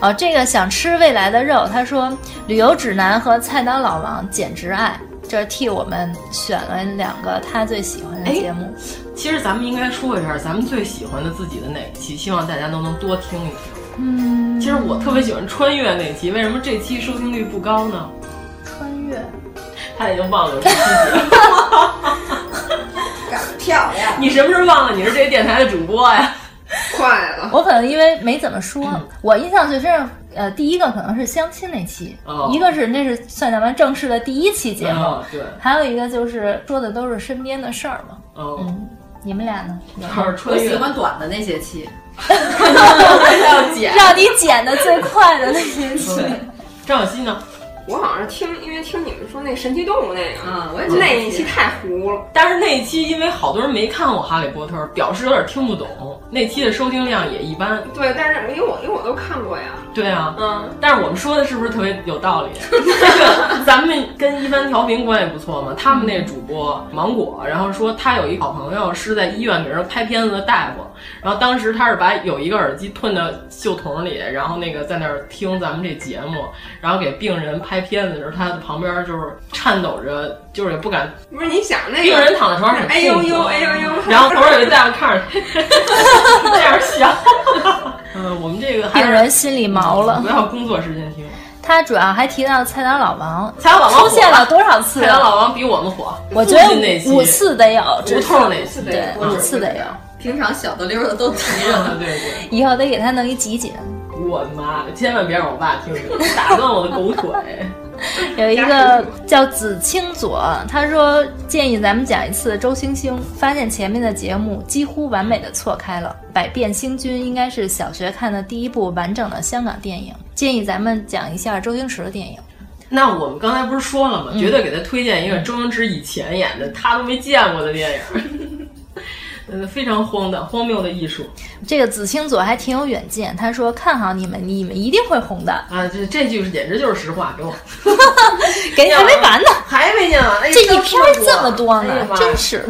哦，这个想吃未来的肉，他说旅游指南和菜刀老王简直爱，这是替我们选了两个他最喜欢的节目。其实咱们应该说一下咱们最喜欢的自己的哪一期，希望大家都能多听一听。嗯，其实我特别喜欢穿越那期，为什么这期收听率不高呢？穿越，他已经忘了有这期节目。嗯长得漂亮，你什么时候忘了你是这个电台的主播 呀？快了。我可能因为没怎么说，我印象最深是呃第一个可能是相亲那期，哦一个是那是算咱们正式的第一期节目，啊对，还有一个就是说的都是身边的事儿嘛。哦，嗯，你们俩呢？有吗还是我穿越喜欢短的那些 期，要 剪。让你剪的最快的那些期。 张小希呢？我好像是听，因为听你们说那神奇动物那个，啊我也觉得那一期太糊了。但是那一期因为好多人没看过《哈利波特》，表示有点听不懂，那期的收听量也一般。对，但是因为我因为我都看过呀，对啊，嗯，但是我们说的是不是特别有 道理？这个咱们跟一般调频关系不错嘛，他们那主播芒果，然后说他有一好朋友是在医院给人拍片子的大夫，然后当时他是把有一个耳机吞到袖筒里，然后那个在那儿听咱们这节目，然后给病人拍片子的时候，他的旁边就是颤抖着，就是也不敢不是你想那个 病人躺在床上很哎 呦痛苦呦哎呦呦，然后旁边有一大夫看着他 这样笑。嗯，我们这个还病是人心里毛了不。要工作时间听。他主要还提到菜刀老王，菜刀老出王现了多少次？菜刀老王比我们火，我觉得五次得有，胡同那次期对，五次得有。平常小的溜的都提着呢，对对。以后得给他弄一集锦。我的妈！千万别让我爸听着，打断我的狗腿。 有一个叫子清左，他说建议咱们讲一次周星星，发现前面的节目几乎完美的错开了。《百变星君》应该是小学看的第一部完整的香港电影，建议咱们讲一下周星驰的电影。那我们刚才不是说了吗？嗯绝对给他推荐一个周星驰以前演的他都没见过的电影，呃， 非常荒诞、荒谬的艺术这个子清左还挺有远见，他说看好你们，你们一定会红的。啊！这这句是简直就是实话，给我给啊你还没完呢，还没呢，哎呀这一篇儿这么多哎呀呢，妈呀真是。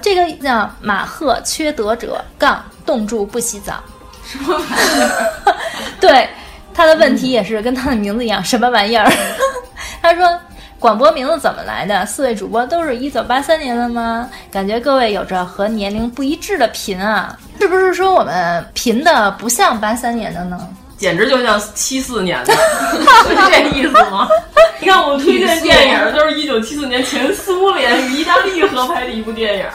这个叫马赫缺德者杠冻住不洗澡， 什么玩意儿？ 对，他的问题也是跟他的名字一样，什么玩意儿？ 他说。广播名字怎么来的？四位主播都是一九八三年的吗？感觉各位有着和年龄不一致的贫啊，是不是说我们贫的不像八三年的呢？简直就像七四年的，是这意思吗？ 你看我们推荐电影，就是一九七四年前苏联与意大利合拍的一部电影，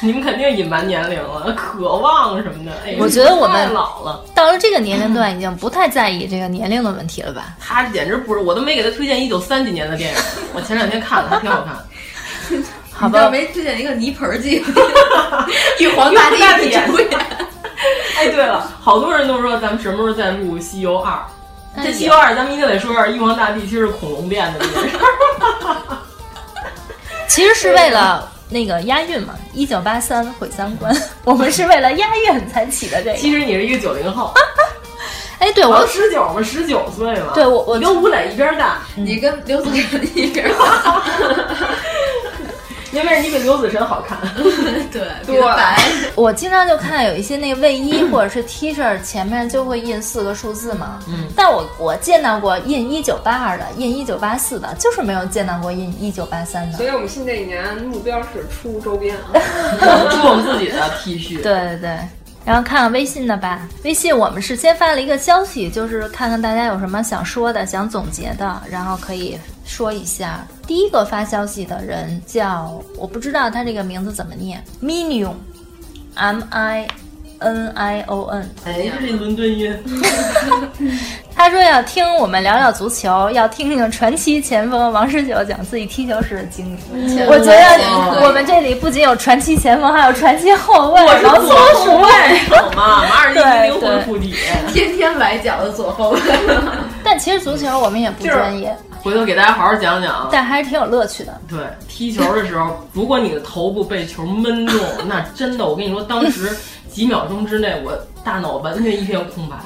你们肯定隐瞒年龄了，渴望什么的。哎呀，我觉得我们太老了，到了这个年龄段，已经不太在意这个年龄的问题了吧？他简直不是，我都没给他推荐一九三几年的电影，我前两天看了，还挺好看的。好你倒吧，没推荐一个泥盆儿 记，玉皇大帝主演。哎，对了，好多人都说咱们什么时候再录《西游二》。这《哎西游二》，咱们一定得说说玉皇大帝其实是恐龙变的这件事儿。 其实是为了那个押韵嘛，一九八三毁三观， 我们是为了押韵才起的这个。其实哦你是一个九零后，哎，对我我十九嘛，十九岁嘛。对我我你跟吴磊一边大，你跟刘子晨一边儿， 因为你比刘子晨好看。 对对白，我经常就看有一些那个卫衣或者是 T 恤前面就会印四个数字嘛，嗯但我我见到过印一九八二的，印一九八四的，就是没有见到过印一九八三的所。以我们新的一年目标是出周边啊， 出我们自己的 T 恤。对对对。然后看看微信的吧，微信我们是先发了一个消息，就是看看大家有什么想说的、想总结的，然后可以说一下。第一个发消息的人叫我不知道他这个名字怎么念，Minion，M I N I O N。哎，这是伦敦音。他说要听我们聊聊足球，要听听传奇前锋王十九讲自己踢球时的经历。前锋我觉前锋得我们这里不仅有传奇前锋，还有传奇后卫我是老左左后鼠卫， 懂吗？马尔一对灵魂附体。天天崴脚的左后卫。 但其实足球我们也不专业，回头给大家好好讲讲啊。但还是挺有乐趣的。对，踢球的时候，如果你的头部被球闷中，那真的，我跟你说，当时几秒钟之内，我大脑完全一片空白。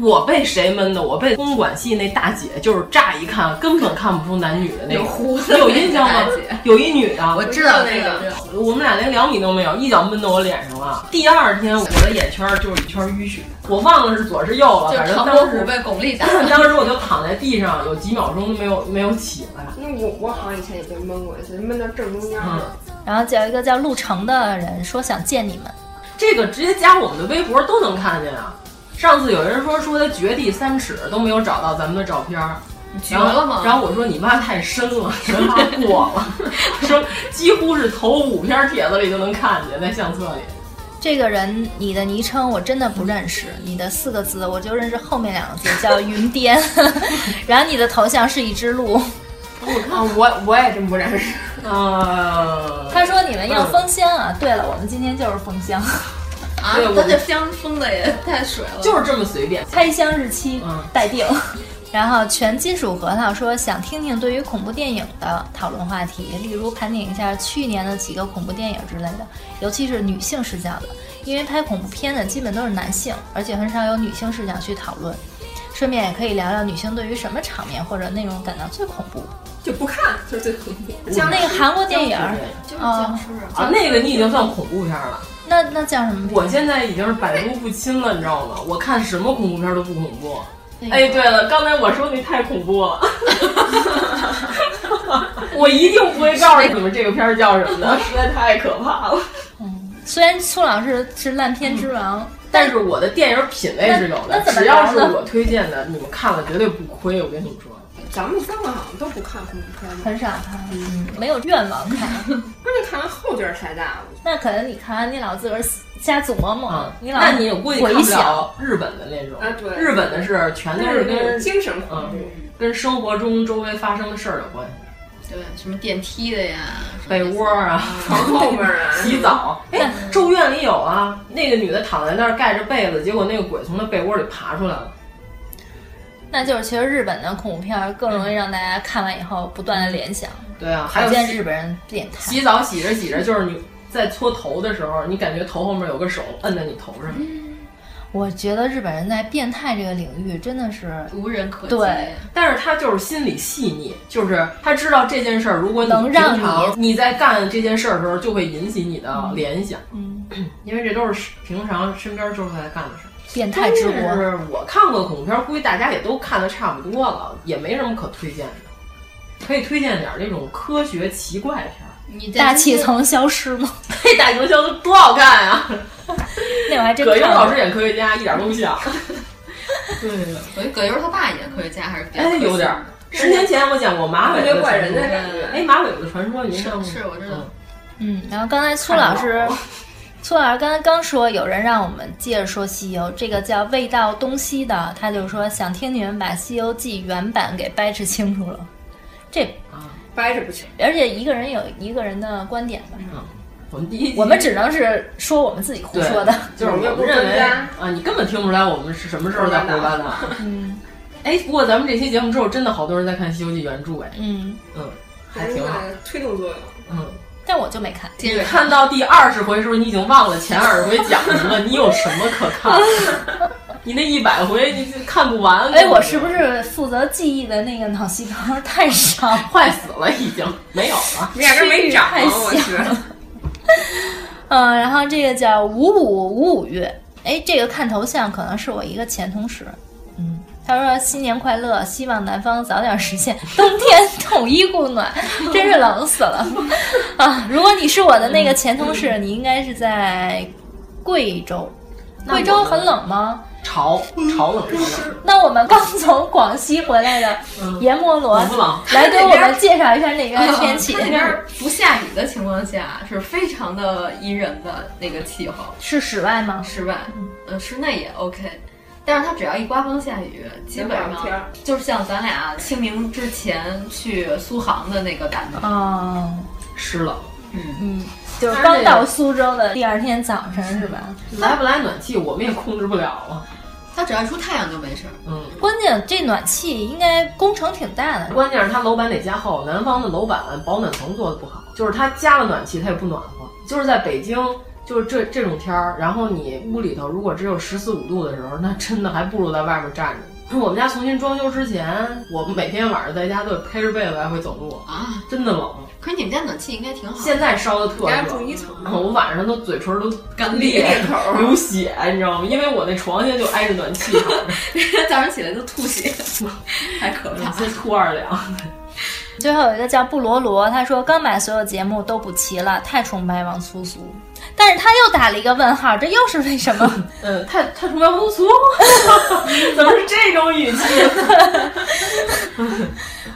我被谁闷的？我被公管系那大姐，就是乍一看根本看不出男女的那有胡子个， 有印象吗那个大姐？有一女的，我知道那个，我们俩连两米都没有，一脚闷到我脸上了。第二天，我的眼圈就是一圈淤血，我忘了是左是右了，就反是正唐当伯虎时被巩俐打。 当时我就躺在地上，有几秒钟都没有没有起来。那我我好像以前也被闷过一次，闷到正中间了。然后叫一个叫陆程的人说想见你们，这个直接加我们的微博都能看见啊。上次有人说说他掘地三尺都没有找到咱们的照片儿，绝然后了吗？然后我说你妈太深 了，人妈过了， 说几乎是头五篇帖子里就能看见，在相册里。这个人你的昵称我真的不认识，你的四个字我就认识后面两个字叫云巅，然后你的头像是一只鹿。我啊看我我也真不认识。呃，他说你们要封箱啊，对了，我们今天就是封箱，啊对，我他这香封的也太水了。就是这么随便。开箱日期嗯待定。 然后全金属核桃说想听听对于恐怖电影的讨论话题，例如盘点一下去年的几个恐怖电影之类的，尤其是女性视角的，因为拍恐怖片的基本都是男性，而且很少有女性视角去讨论。顺便也可以聊聊女性对于什么场面或者内容感到最恐怖，就不看就是最恐怖。像那个韩国电影儿，就是啊僵尸啊。啊，那个你已经算恐怖片了。那那叫什么？我现在已经是百毒不侵了，你知道吗？我看什么恐怖片都不恐怖。那个哎，对了，刚才我说那太恐怖了， 我一定不会告诉你们这个片儿叫什么的，实在太可怕了。虽然苏老师是烂片之王，但是我的电影品味是有那那，的怎么只要聊是呢我推荐的，你们看了绝对不亏。我跟你们说，啊咱们三个好像都不看恐怖片儿，很少看，没有愿望看。那看完后劲儿太大了。那可能你看完你老自个儿瞎琢磨，哦你老啊那你我估计看回不想，了日本的那种。啊，对，日本的是全都是跟精神恐怖、嗯跟生活中周围发生的事儿有关系，对，什么电梯的呀，被窝儿啊，床嗯后面啊 洗澡。哎，《咒怨》里有啊，那个女的躺在那儿盖着被子，结果那个鬼从那被窝里爬出来了。那就是其实日本的恐怖片儿更容易让大家看完以后不断的联想。对啊，还有可见洗日本人变态。洗澡洗着洗着，就是你在搓头的时候，你感觉头后面有个手摁在你头上。嗯我觉得日本人在变态这个领域真的是无人可及。对，但是他就是心理细腻，就是他知道这件事儿，如果你能让平常你你在干这件事儿的时候，就会引起你的联想，嗯，因为这都是平常身边周围在干的事儿。变态之国但是我看过的恐怖片，估计大家也都看的差不多了，也没什么可推荐的，可以推荐点儿那种科学奇怪片儿。你大气层消失 吗？嘿，大营销多好看 啊！那我还真葛优看老过师演科学家，一点儿都不 像。对呀，我觉得葛优他爸演科学家还是比较哎，有点儿。十年前我讲过马尾特的别怪人的传说感觉哎，马尾的传说您看过？是是我知道嗯嗯，然后刚才苏老师， 苏老师刚才刚说有人让我们接着说《西游》，这个叫味道东西的，他就说想听你们把《西游记》原版给掰扯清楚了。这啊掰扯不清。而且一个人有一个人的观点吧，我们第一集，我们只能是说我们自己胡对说的。就是我们认为啊，你根本听不出来我们是什么时候在回班的。嗯哎，不过咱们这期节目之后，真的好多人在看《西游记》原著，哎，嗯嗯，还挺好。推动作用。嗯，但我就没看。你看到第二十回是不是你已经忘了前二十回讲什么？你有什么可看？的？你那一百回你就看不完。哎，我是不是负责记忆的那个脑细胞太少，坏死了？已经没有了，你压根儿没长太我觉小得了。嗯，然后这个叫五五五五月，哎，这个看头像可能是我一个前同事，嗯，他说新年快乐，希望南方早点实现冬天统一供暖，真是冷死了啊！如果你是我的那个前同事，你应该是在贵州，那我贵州很冷吗？ 潮潮冷潮冷。那我们刚从广西回来的阎摩罗冷不冷来给我们介绍一下那边的天气他。那边儿不下雨的情况下是非常的宜人的那个气候，是室外吗？室外，呃，室内也 OK。但是它只要一刮风下雨，基本能上聊天儿就是像咱俩清明之前去苏杭的那个感觉。哦，湿冷。嗯嗯，就是刚到苏州的第二天早晨是吧？来不来暖气我们也控制不了啊。它只要出太阳就没事儿。嗯，关键这暖气应该工程挺大的，关键是它楼板得加厚，南方的楼板保暖层做的不好，就是它加了暖气它也不暖和。就是在北京，就是这这种天儿，然后你屋里头如果只有十四五度的时候，那真的还不如在外面站着。 我们家重新装修之前，我每天晚上在家都得披着被子来回走路啊，真的冷。可是你们家暖气应该挺好的。现在烧的特你热家，住一层哦我晚上都嘴唇都干裂裂 口流血，你知道吗？因为我那床现在就挨着暖气， 早上起来就吐血，太可怕了。先吐二两。 最后有一个叫布罗罗，他说刚把所有节目都补齐了，太崇拜王苏苏，但是他又打了一个问号，这又是为什么？ 嗯，太太崇拜风俗， 怎么是这种语气？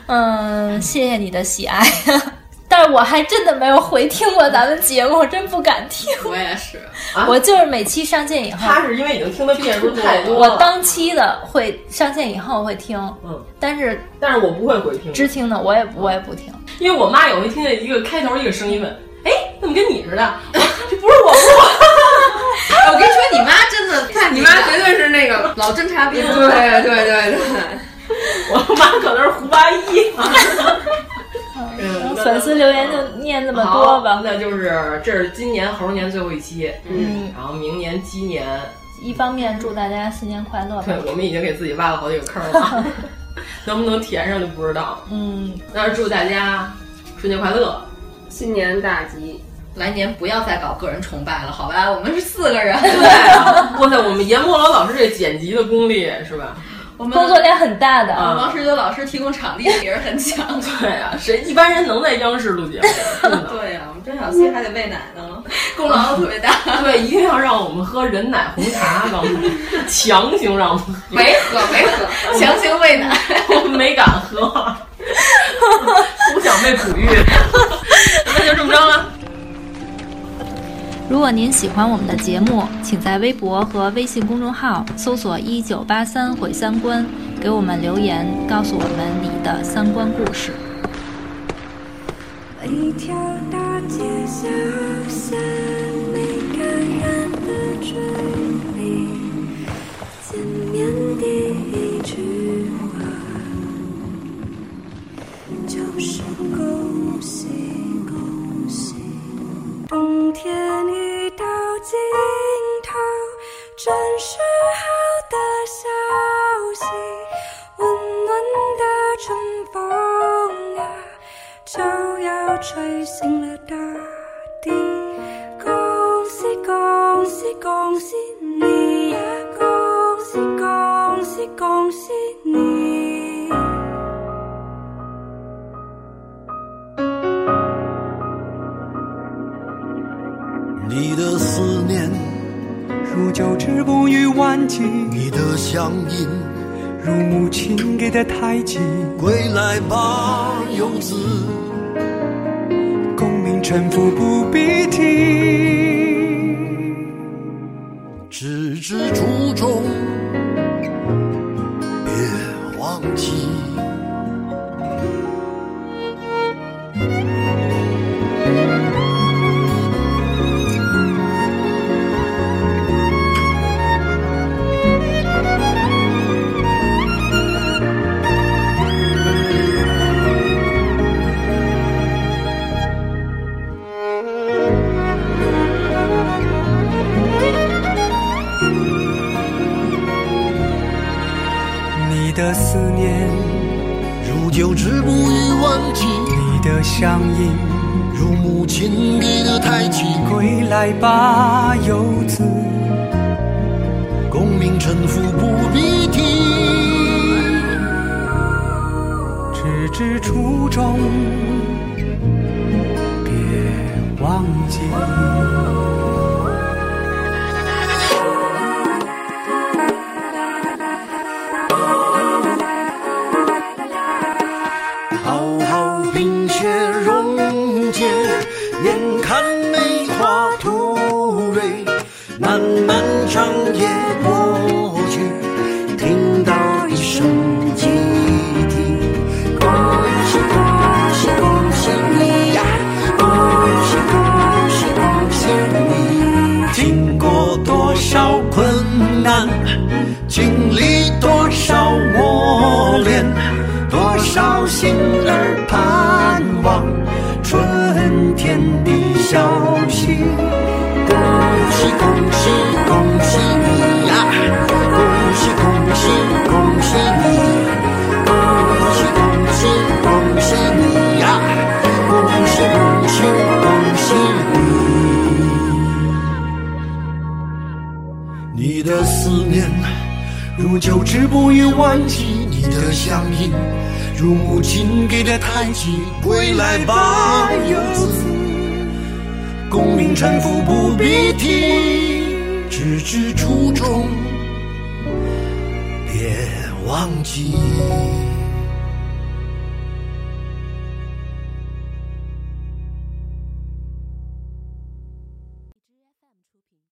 嗯，谢谢你的喜爱， 但是我还真的没有回听过咱们节目，真不敢听。我也是，我就是每期上线以后，啊他是因为已经听的遍数太多我了，当期的会上线以后会听，嗯，但是但是我不会回听，知听的我也我也不听。因为我妈有一听见一个开头一个声音问：“哎，怎么跟你似的？”我说这不是我，不是我跟你说，你妈真的太你妈绝对是那个老侦察兵。对对对对，我，我妈可能是胡八一。 嗯粉丝留言就念那么多吧，好那就是这是今年猴年最后一期，嗯然后明年鸡年，一方面祝大家新年快乐吧对，，我们已经给自己挖了好几个坑 了，啊能不能填上就不知道。嗯，但是祝大家春节快乐，新年大吉，来年不要再搞个人崇拜了，好吧？我们是四个人，啊哇塞，我们阎摩罗老师这剪辑的功力是吧？我们工作量很大的啊王十九老师提供场地也是很强。对啊呀、谁一般人能在央视录节目？对啊呀、我们张小希还得喂奶呢，功劳特别大。对，一定要让我们喝人奶红茶，让我们强行让我们喝没喝没喝， 强行喂奶，我们没敢喝，不想被哺育。那就这么着了。如果您喜欢我们的节目，请在微博和微信公众号搜索“一九八三毁三观”，给我们留言，告诉我们你的三观故事。一条大街小巷，每个人的追忆，见面第一句话就是恭喜恭喜。冬天已到尽头，真是好的消息，温暖的春风啊。就要吹醒了大地。恭喜恭喜恭喜你呀！恭喜恭喜恭喜你！你的思念如久治不愈顽疾，你的乡音如母亲给的胎记。归来吧，游子，功名臣服不必提。只知初衷，别忘记。你的思念如久治不愈顽疾，你的乡音如母亲给的胎记。归来吧，游子，功名臣服不必提，只知初衷，别忘记。浩浩冰雪溶解，眼看梅花吐蕊，漫漫长夜过去，听到一声鸡啼，恭喜恭喜恭喜你呀，恭喜恭喜恭喜你！经过多少困难，经历多少磨练。多少心儿盼望春天的消息。恭喜恭喜恭喜你呀！啊恭喜恭喜恭喜你！恭喜恭喜恭喜你呀！恭喜恭喜恭喜你！你的思念如久治不愈顽疾，你的乡音如母亲给的叹息。归来吧，游子，功名臣服不必提，只知初衷，别忘记。